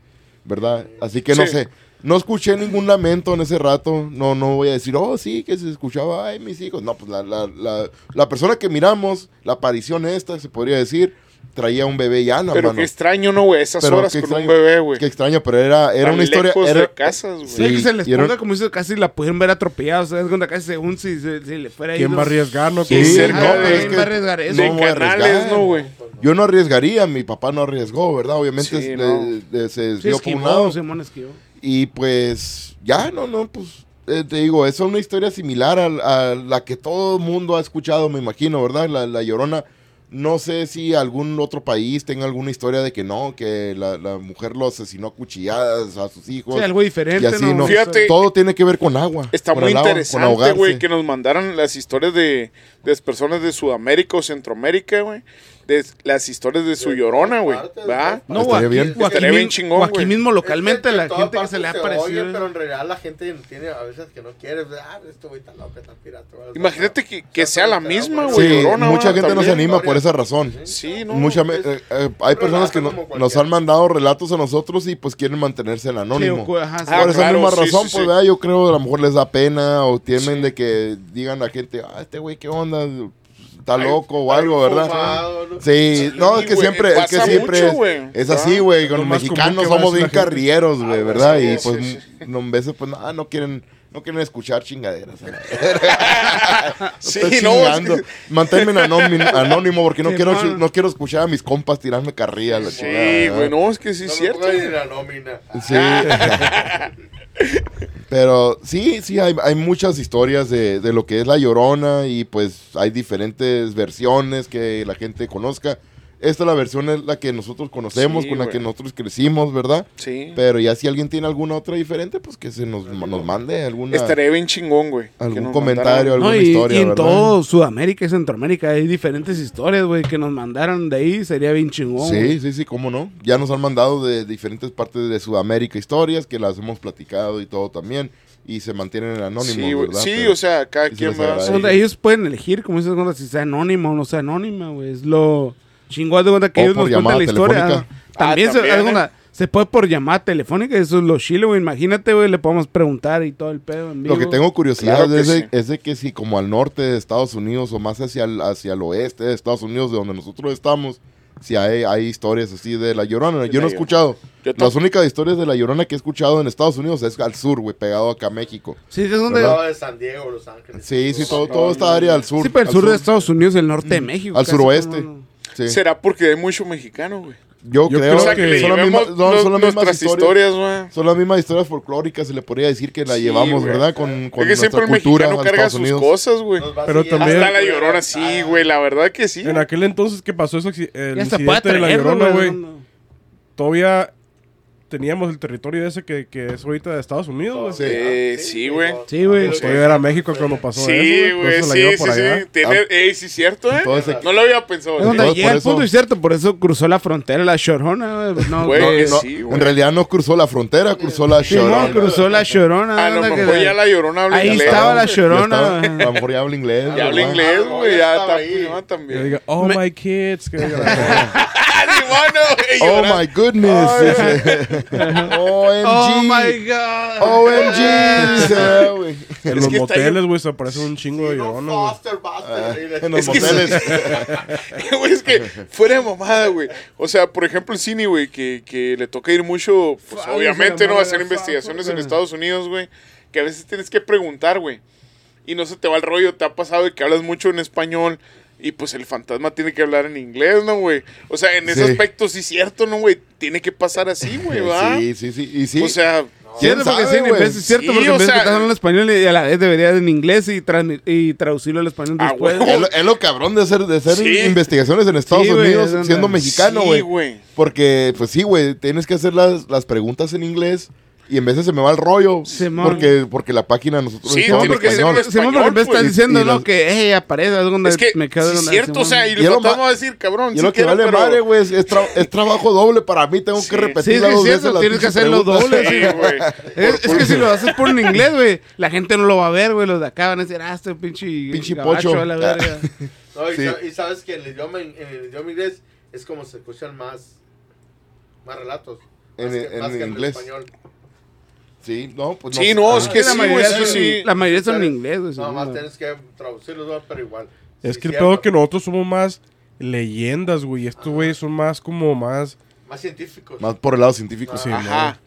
¿verdad? Así que no
Sí.
sé. No escuché ningún lamento en ese rato. No, no voy a decir, oh, sí, que se escuchaba, ay, mis hijos. No, pues la, la, la, la persona que miramos, la aparición esta, se podría decir, traía un bebé ya en la
Pero
mano.
qué extraño, ¿no, güey? Esas
Pero
horas
qué
con un
extraño,
bebé, güey.
Qué extraño, pero era, era
Tan
una historia.
lejos
Era,
de casas, güey.
Sí,
Sí, que se les
y era-
ponga como dice, casi la pudieron ver atropellada. O sea, es cuando casi según si, se- si le fuera ahí
¿Quién
los-
va a arriesgar? No,
Sí,
¿Quién-
cerca
no,
de-
pero es
¿quién
que
va a arriesgar eso?
no
de
voy a
canales,
arriesgar.
¿no, güey?
Yo no arriesgaría, mi papá no arriesgó, ¿verdad? Obviamente
Sí,
se-
no.
le- le- se
Sí,
desvió por un
esquivó,
lado.
Simón esquivó.
Y pues, ya, no, no, pues, eh, te digo, es una historia similar a, a la que todo el mundo ha escuchado, me imagino, ¿verdad? La, la Llorona. No sé si algún otro país tenga alguna historia de que no, que la, la mujer lo asesinó a cuchilladas a sus hijos.
Sí, algo diferente.
y así no.
Fíjate.
Todo tiene que ver con agua.
Está
con
muy
el agua, con
interesante,
ahogarse.
güey, que nos mandaran las historias de, de las personas de Sudamérica o Centroamérica, güey. de las historias de su
De
llorona,
todas
güey.
partes, de
¿Va?
todas
No,
Estaría
o aquí,
bien.
o aquí
Estaría bien
mi-
chingón,
o aquí
güey.
mismo localmente,
Es
la
en toda
gente que se le ha
parte oye,
parecido. ¿eh?
pero en realidad la gente tiene a veces que no quiere. Ah, este güey está loco, está pirata. güey.
Imagínate que- que sea la misma,
Sí,
güey, llorona,
mucha
va,
gente no se
también,
anima por esa razón.
Sí, no.
Mucha me-
es-
eh, eh, hay
relato
personas que no-
como cualquiera.
nos han mandado relatos a nosotros y pues quieren mantenerse el
Sí,
anónimo.
o- ajá, sí.
Ah,
por esa
claro,
misma
sí,
razón,
sí,
pues
sí.
¿verdad? yo creo a lo mejor les da pena o temen de que digan la gente, ah, este güey, ¿qué onda? Está
Ay,
loco o
está
algo, ¿verdad?
fumado, ¿no?
Sí, no, es que
güey,
siempre, es que
pasa
siempre
mucho,
es-
güey.
es,
Ah,
así, güey, con
lo
los
más común
mexicanos
que va a
somos
decir
bien
la gente.
carrieros, güey,
Ah,
¿verdad?
sí,
y
sí,
pues,
sí.
no, en veces, pues, nada, no quieren, no quieren escuchar chingaderas.
<laughs>
¿verdad?
Sí,
Estoy
no.
chingando. Manténme en anónimo, anónimo porque no
Sí,
quiero,
mano.
no quiero escuchar a mis compas tirarme carrilla. eh, La
Sí,
chingada,
güey,
¿verdad?
no, es que sí es
No me
cierto.
pongan
güey.
en la nómina. Ah,
Sí. <laughs> Pero sí, sí, hay, hay muchas historias de, de lo que es la llorona y pues hay diferentes versiones que la gente conozca. Esta la versión es la que nosotros conocemos,
Sí,
con la
güey.
que nosotros crecimos, ¿verdad?
Sí.
Pero ya si alguien tiene alguna otra diferente, pues que se nos, nos mande alguna,
Estaría bien chingón, güey. que
algún
nos
comentario,
mandaran-
alguna
No, y,
historia.
y en
¿verdad?
todo Sudamérica y Centroamérica hay diferentes historias, güey, que nos mandaron de ahí, sería bien chingón.
Sí,
güey.
sí, sí, cómo no. Ya nos han mandado de diferentes partes de Sudamérica historias que las hemos platicado y todo también. Y se mantienen en anónimo.
Sí, güey.
¿verdad?
Sí,
Pero-
o sea, cada
sí se
quien
los
va a
agradece.
O sea, Ellos pueden elegir, como dices, cuando si sea anónima o no sea anónima, güey, es lo chingón de cuenta que
O
ellos
por
nos cuentan
llamada
la historia.
telefónica.
Ah, También,
Ah,
se,
también,
haz de cuenta, se puede por llamada telefónica, eso es lo chile, güey, imagínate, güey, le podemos preguntar y todo el pedo en vivo.
Lo que tengo curiosidad
Claro que
es, de,
sí.
es de que si como al norte de Estados Unidos o más hacia el, hacia el oeste de Estados Unidos, de donde nosotros estamos, si hay, hay historias así de La Llorona. Yo
La
no he
Llorona.
escuchado.
Yo
Las
tam-
únicas historias de La Llorona que he escuchado en Estados Unidos es al sur, güey, pegado acá a México.
Sí, es donde...
Hablaba de San Diego, Los Ángeles.
Sí, sí, todo, toda esta área al sur.
Sí, pero el
al
sur de Estados Unidos, el norte de México.
Al
casi
suroeste.
como-
Sí.
Será porque hay mucho mexicano, güey.
Yo,
Yo
creo,
creo
O sea, que
que
le
son, las
llevemos
mismas, no,
no-
son las mismas
nuestras
historias.
historias, güey.
Son las mismas historias folclóricas, se le podría decir que la
Sí,
llevamos,
güey.
¿verdad? Con, con
Es que siempre
nuestra
el
cultura
mexicano
a
carga
Estados
sus
Unidos.
cosas, güey.
Nos va ah,
Pero
siguiendo.
también-
Hasta la llorona,
Ah,
sí, güey, la verdad que sí.
En aquel entonces que pasó eso, el
Ya se puede
incidente de la
traer,
llorona, güey.
no.
Todavía teníamos el territorio ese que, que es ahorita de Estados Unidos, güey.
Sí.
Eh, sí, güey.
Sí, güey.
Pues todavía era México cuando pasó
Sí,
eso. por
güey,
eso la
sí,
lleva
sí,
por allá.
sí. Tener, ey, sí, cierto, ¿eh?
Ah. Entonces-
no lo había pensado.
Es donde
Entonces,
llega
por
el
eso-
punto y cierto, por eso cruzó la frontera la Chorona, güey. No,
Güey,
que-
es-
No,
Sí, güey.
en realidad no cruzó la frontera, cruzó la
Sí, no,
Llorona.
cruzó la Chorona.
A lo
anda, que
mejor
la-
ya la llorona habla
Ahí
inglés.
estaba la
güey.
Ya
Llorona.
estaba- a lo mejor ya habla inglés.
Ya habla
¿verdad?
inglés,
Ah,
güey.
ya
Ya
estaba
está
ahí.
prima
Y yo
también.
digo, oh, my kids. que diga la-
<laughs> ¡Ah, sí, bueno, güey!
Oh
llorando.
my goodness.
Ay,
<laughs> OMG.
Oh my god.
OMG. sea, güey.
en
Es
los
que está
moteles, güey, se aparece un chingo de llorones, güey.
Ah, En los
Es que-
moteles.
<laughs> Güey, es que fuera de mamada, güey. O sea, por ejemplo, el cine, güey, que, que le toca ir mucho, pues
Fácil,
obviamente,
la
¿no?
madre,
Hacer
fácil,
investigaciones en
güey.
Estados Unidos, güey. Que a veces tienes que preguntar, güey. Y no se te va el rollo, te ha pasado de que hablas mucho en español. Y pues el fantasma tiene que hablar en inglés, ¿no, güey? O sea, en ese
Sí.
aspecto sí es cierto, ¿no, güey? Tiene que pasar así,
<laughs>
güey, ¿va?
Sí, sí, sí. Y sí.
O sea,
¿quién
Cierto, porque
sabe,
sí, en
güey?
vez, es cierto,
Sí,
porque
o
en vez
sea-
de estar hablando español y a la vez debería en inglés y, transmi- y traducirlo al español
Ah,
después.
huevo.
Es lo, es lo cabrón de hacer, de hacer
Sí.
investigaciones en Estados
Sí, güey,
Unidos
es donde-
siendo mexicano,
Sí,
güey.
güey.
porque, pues sí, güey, tienes que hacer las, las preguntas en inglés y en veces se me va el rollo.
Simón.
porque, porque la página nosotros
Sí,
estamos
no, porque
en español.
siempre-
Sí, porque en vez de estar
güey.
diciendo,
Y- y
¿no?
las-
Que, hey, aparece. donde
pues. Es que
me quedo
sí es
donde-
cierto, o sea, y
Y es
lo
lo ma-
vamos a decir, cabrón.
Y
sí
lo que
quiero,
vale
pero-
madre, güey, es, es tra- es trabajo doble para mí. Tengo
Sí.
que repetir
Sí, es que
las
es
dos veces
cierto,
las
tienes que
pinches
hacerlo
preguntas.
doble.
<laughs> Sí, güey.
Es, es que
<laughs>
si lo haces por en inglés, güey, la gente no lo va a ver, güey. Los de acá van a decir, ah, este pinche.
Pinche
gabacho
pocho.
a la
Ah. <laughs>
verga".
No, y,
Sí.
sa- y sabes que en el idioma, en el idioma inglés es como se escuchan más, más relatos. Más
En- en inglés.
español.
<laughs> Sí, no, pues
Sí, no, es que
la,
sí, güey,
mayoría
sí,
son,
sí.
la mayoría son en
Pero-
inglés, güey.
Nada
según,
más
güey.
tienes que traducirlos, ¿no? pero igual.
Es
Sí,
que el
cierto.
pedo es que nosotros somos más leyendas, güey. y Estos güeyes son más como más.
Más científicos.
Más por el lado científico, sí.
Ajá.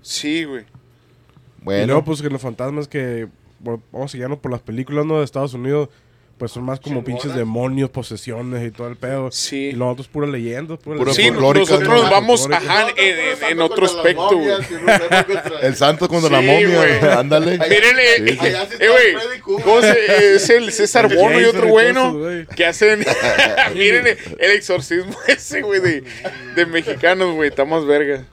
Sí, güey.
Y
Bueno,
luego, pues que los fantasmas que. bueno, vamos a guiarnos por las películas ¿no? de Estados Unidos. Pues son más como
Chingonas.
pinches demonios, posesiones y todo el pedo.
Sí.
Y nosotros pura leyenda, pura,
Pura
Sí,
leyenda.
folclórica,
nosotros
¿no?
vamos,
Folclórica.
ajá, en, en- en otro aspecto, güey. <laughs>
pues,
el santo contra
Sí,
la momia,
güey.
<laughs> ándale.
Miren, eh,
Sí, sí.
Allá sí
eh,
está
güey,
Freddy Krueger.
¿cómo se- eh, es el César
El
Bono y
Jason
otro
y
bueno
cosas, güey.
<laughs>
que hacen, <laughs> miren eh, el exorcismo <laughs> ese, güey, de, de mexicanos, güey, está más verga.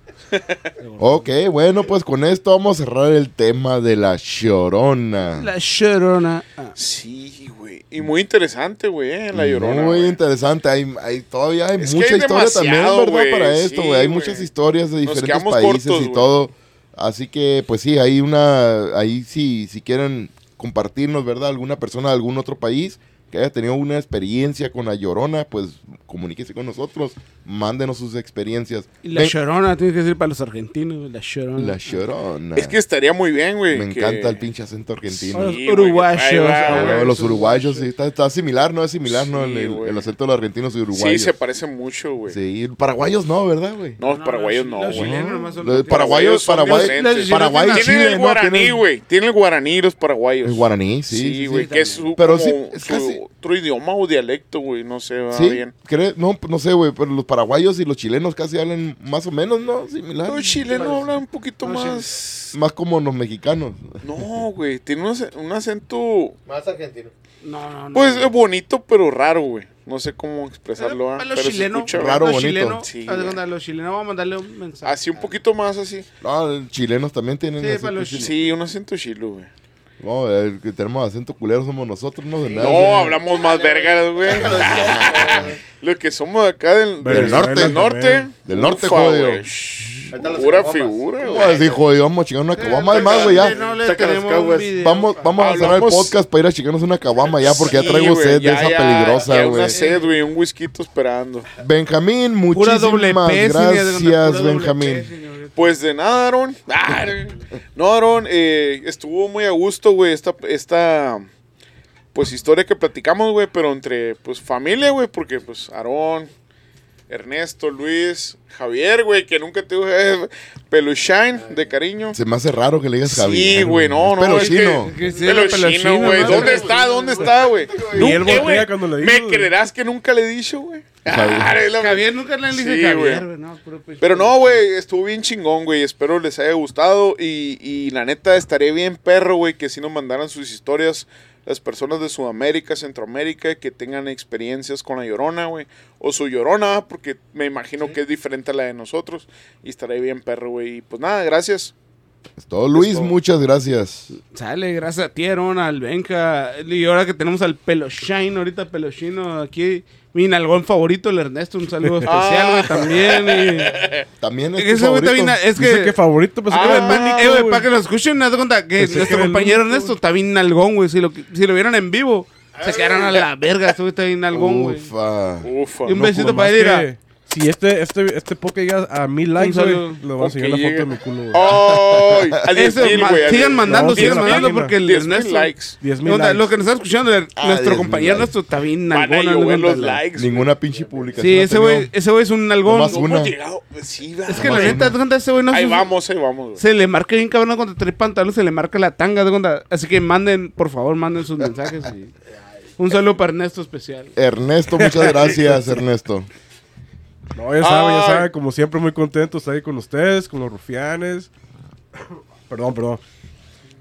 Ok, bueno, pues con esto vamos a cerrar el tema de la llorona.
La Sharona.
Sí, güey, Y muy interesante, güey, eh, La Llorona.
Muy
güey.
interesante. Hay, hay- todavía hay
Es que
mucha
hay
historia también,
demasiado,
¿verdad?
güey,
Para esto,
sí,
güey. hay
güey.
muchas historias de
Nos
diferentes
quedamos
países
cortos,
y
güey.
todo. Así que, pues sí, hay una. Ahí sí, si quieren compartirnos, ¿verdad? Alguna persona de algún otro país que haya tenido una experiencia con la llorona, pues comuníquese con nosotros. Mándenos sus experiencias.
Y la
Ven-
llorona, tienes que decir para los argentinos, güey, la llorona.
la llorona.
Es que estaría muy bien, güey.
Me
que-
encanta el pinche acento argentino.
Los
Sí, güey,
uruguayos,
que traiga,
Ah,
güey,
güey,
bueno, los
esos-
uruguayos, sí, está, está similar, ¿no? Es similar, ¿no? El,
Sí,
el-
güey.
el acento de los argentinos y
Sí,
uruguayos.
se parece mucho, güey.
Sí, paraguayos no, ¿verdad, güey?
No, los paraguayos
los-
no,
los
güey.
chilenos nomás son
Los
los-
paraguayos,
son
paraguayos,
inocentes.
Paraguay y
Tienen
Chile,
el
¿no?
guaraní,
Tienen-
güey. Tienen el guaraní los paraguayos.
El guaraní, sí.
Sí,
sí,
güey,
sí.
que es su,
Pero
como
sí, es
su
casi-
otro idioma o dialecto, güey, no sé, va
Sí,
bien.
cre- no, no sé, güey, pero los paraguayos y los chilenos casi hablan más o menos, ¿no? Similar.
Los chilenos hablan un poquito más...
Más como los mexicanos.
No, güey, tiene un, ac- un acento, <laughs>
Más argentino.
No, no, no.
pues, eh, bonito, pero raro, güey. No sé cómo expresarlo,
Eh, Para
ah,
los
pero se
chilenos,
escucha
raro,
los
bonito.
chilenos,
Sí,
haz de
güey. Ah,
cuenta, los chilenos, vamos a mandarle un mensaje.
Así un poquito más, así.
No, los chilenos también tienen
Sí, para los
chil-
Sí.
Sí, un acento chilo, güey.
No, el que tenemos acento culero somos nosotros, ¿no? De nada,
No, hablamos más vergas, güey. <laughs> Lo que somos acá del,
Del
del-
norte.
Del norte.
Del norte,
Ufa,
jodido.
güey. Shh,
Ahí están las
Pura
caguamas.
figura,
No,
güey.
así, jodido, vamos a chingar una caguama. Además, güey, ya.
No le
Saca las
tenemos
caguas.
video.
Vamos, vamos a cerrar el
Hablamos-
podcast para ir a chingarnos una caguama ya, porque
Sí,
ya traigo
güey,
sed de
ya,
esa
ya,
peligrosa,
ya una
güey.
sed, güey, un whisky esperando.
Benjamín,
Pura
muchísimas
doble P, señor, pura
gracias,
doble P,
Benjamín.
señor.
Pues de nada, Aaron. <laughs> Ah, no, Aaron, eh, estuvo muy a gusto, güey, esta, esta, pues, historia que platicamos, güey, pero entre, pues, familia, güey, porque, pues, Aaron, Ernesto, Luis, Javier, güey, que nunca te <laughs> dije, eh, Pelushine, de cariño.
Se me hace raro que le digas Javier.
Sí, güey, no, no.
Pero
es <laughs>
chino.
que-
que sí,
pelo
era pelo
chino,
chino,
güey.
¿no?
¿Dónde
Pelo
está? ¿Dónde está, güey?
Y él
Nunca,
voltea
güey.
cuando le
Me
digo, güey.
creerás que nunca le he dicho, güey.
Javier.
Ah, la-
Javier nunca le
Sí,
dije Javier,
güey.
güey, no, puro pinche-
Pero no, güey, estuvo bien chingón, güey. Espero les haya gustado. Y, y la neta, estaría bien perro, güey, que si nos mandaran sus historias las personas de Sudamérica, Centroamérica, que tengan experiencias con la llorona, güey. O su llorona, porque me imagino que es diferente a la de nosotros. Y estaría bien perro, güey. Y pues nada, gracias.
Es todo, Luis,
Es todo.
muchas gracias.
Sale, gracias a ti, Aaron, al Benja. Y ahora que tenemos al Pelo Shine, ahorita Pelo Chino, aquí mi nalgón favorito, el Ernesto,
<laughs>
un saludo especial, güey, también. y-
También es tu
Ese güey
favorito.
también, es
Dice que
que...
favorito, pues
Ah,
que
güey,
era
pa-
el
eh, güey,
único,
para
güey.
que lo escuchen, haz de cuenta que
Pensé
nuestro
que era el
compañero
único,
Ernesto está bien nalgón, güey. Si lo, si lo vieron en vivo, Ah, se quedaron a la verga, ese güey está bien nalgón, güey.
Ufa.
Ufa.
Y un
no,
besito
Nomás
para él, mira.
que Si este, este, este podcast llega a mil likes, güey,
saludo.
le voy a enseñar
Ok,
la foto
llega. Oh,
de mi culo, güey.
<laughs>
¡Ay! A 10
Eso,
mil,
ma-
güey, a
sigan
10,000.
mandando,
No,
sigan
sí, la
mandando
página.
porque el
10,000
Ernesto...
likes.
Diez mil
Onda,
likes.
lo que nos están escuchando, el-
Ah,
nuestro
10,000
compañero
likes.
Ernesto está bien
Van a
nalgón. haz de
llover los
cuenta, la-
likes. güey.
Ninguna pinche publicación.
Sí,
ha
ese
tenido-
güey, ese güey es un nalgón.
Nomás
¿Cómo
una.
llegado? pues Sí, va.
Es que la
Bueno.
neta, haz de cuenta, ese güey no
Ahí
se-
vamos, ahí vamos, güey.
Se le marca bien cabrón cuando tres pantalones, se le marca la tanga, haz de cuenta. Así que manden, por favor, manden sus mensajes. y- Un saludo para Ernesto especial.
Ernesto, muchas
<laughs>
gracias, Ernesto.
No, ya saben, ya
Ay.
saben, como siempre, muy contento estar ahí con ustedes, con los rufianes. <coughs> perdón, perdón.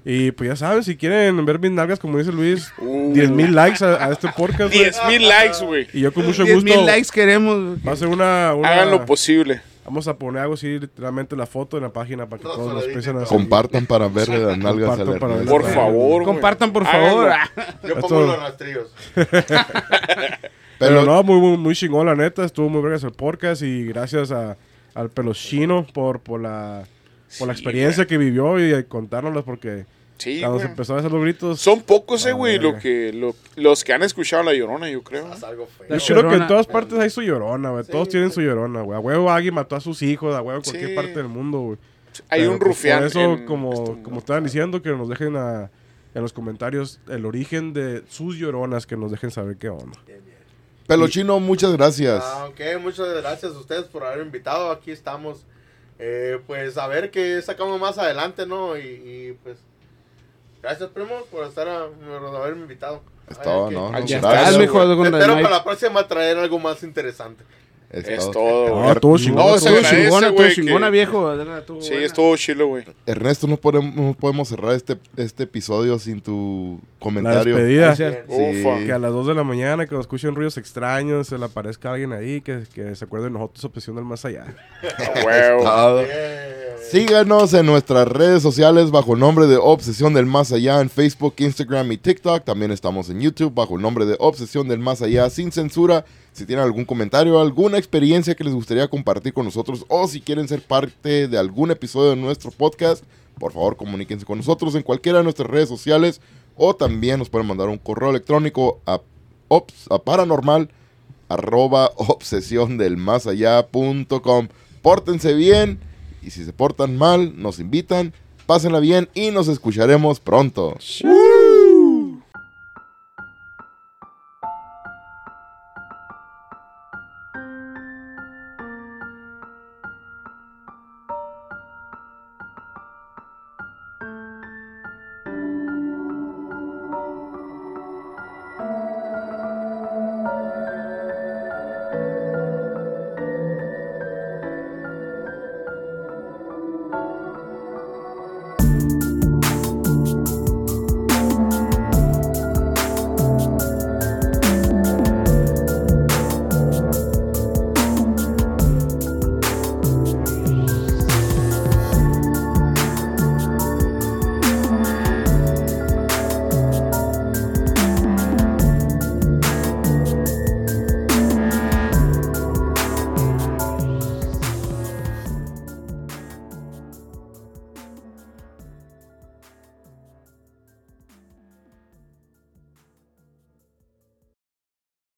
Y pues ya saben, si quieren ver mis nalgas, como dice Luis,
Uh.
10 mil likes a, a este podcast. güey.
10 mil likes, güey.
Y yo con mucho
10
gusto.
mil likes queremos.
Va a ser una. una-
Hagan lo posible.
Vamos a poner algo así, literalmente la foto en la página para que
No,
todos
se
nos
la
empiecen a.
Compartan para ver las nalgas
Compartan
al
para
Ernesto.
ver.
Por favor. Ah, güey.
Compartan, por favor.
Háganlo.
Yo
Esto-
pongo los rastrillos.
Pero,
Pero
no, muy, muy, muy chingón, la neta. Estuvo muy vergas el podcast y gracias a, al pelochino por, por la. Por la
Sí,
experiencia que vivió y eh, contárnoslas porque
Sí,
cuando se
güey.
empezó a hacer los gritos.
Son pocos, eh, güey,
Ah,
lo
verga.
que, lo- los que han escuchado La Llorona, yo creo.
Haz algo feo.
Yo
La
creo que
llorona.
en todas partes hay su llorona, güey. Todos tienen su llorona, güey. A huevo alguien mató a sus hijos, a huevo en cualquier
Sí.
parte del mundo, güey.
Hay
Pero,
un
pues,
rufián.
Por eso,
en
como,
este mundo.
como estaban diciendo, que nos dejen a- en los comentarios el origen de sus lloronas, que nos dejen saber qué onda.
Pelochino, muchas gracias.
Ah, ok, muchas gracias a ustedes por haber invitado. Aquí estamos. Eh, pues a ver qué sacamos más adelante, ¿no? Y, y, pues. Gracias, primo, por estar a- por haberme invitado.
Es
Ay,
todo,
aquí-
¿no?
Ahí
no,
ya
gracias,
estás,
güey.
mijo.
Espero
Con
para
Dynamite.
la próxima traer algo más interesante.
Es todo, Ah, güey.
No, estuvo Ah, chingón.
No, se
Estuvo
agradece,
chingona, estuvo
güey, que-
chingona, viejo. de verdad, estuvo
Sí,
buena.
estuvo chilo, güey.
Ernesto, no podemos, no podemos cerrar este, este episodio sin tu
La
comentario.
despedida.
Gracias.
Sí.
Ufa.
Que a las 2 de la mañana, que nos escuchen ruidos extraños, se le aparezca alguien ahí, que, que se acuerde de nosotros, Obsesión del Más Allá.
A huevo.
Todo.
Bien.
Síganos en nuestras redes sociales bajo el nombre de Obsesión del Más Allá en Facebook, Instagram y TikTok. También estamos en YouTube bajo el nombre de Obsesión del Más Allá sin censura. Si tienen algún comentario, alguna experiencia que les gustaría compartir con nosotros o si quieren ser parte de algún episodio de nuestro podcast, por favor comuníquense con nosotros en cualquiera de nuestras redes sociales o también nos pueden mandar un correo electrónico a, obs- a paranormal arroba obsesión del más allá punto com. Pórtense bien y si se portan mal, nos invitan, pásenla bien y nos escucharemos pronto.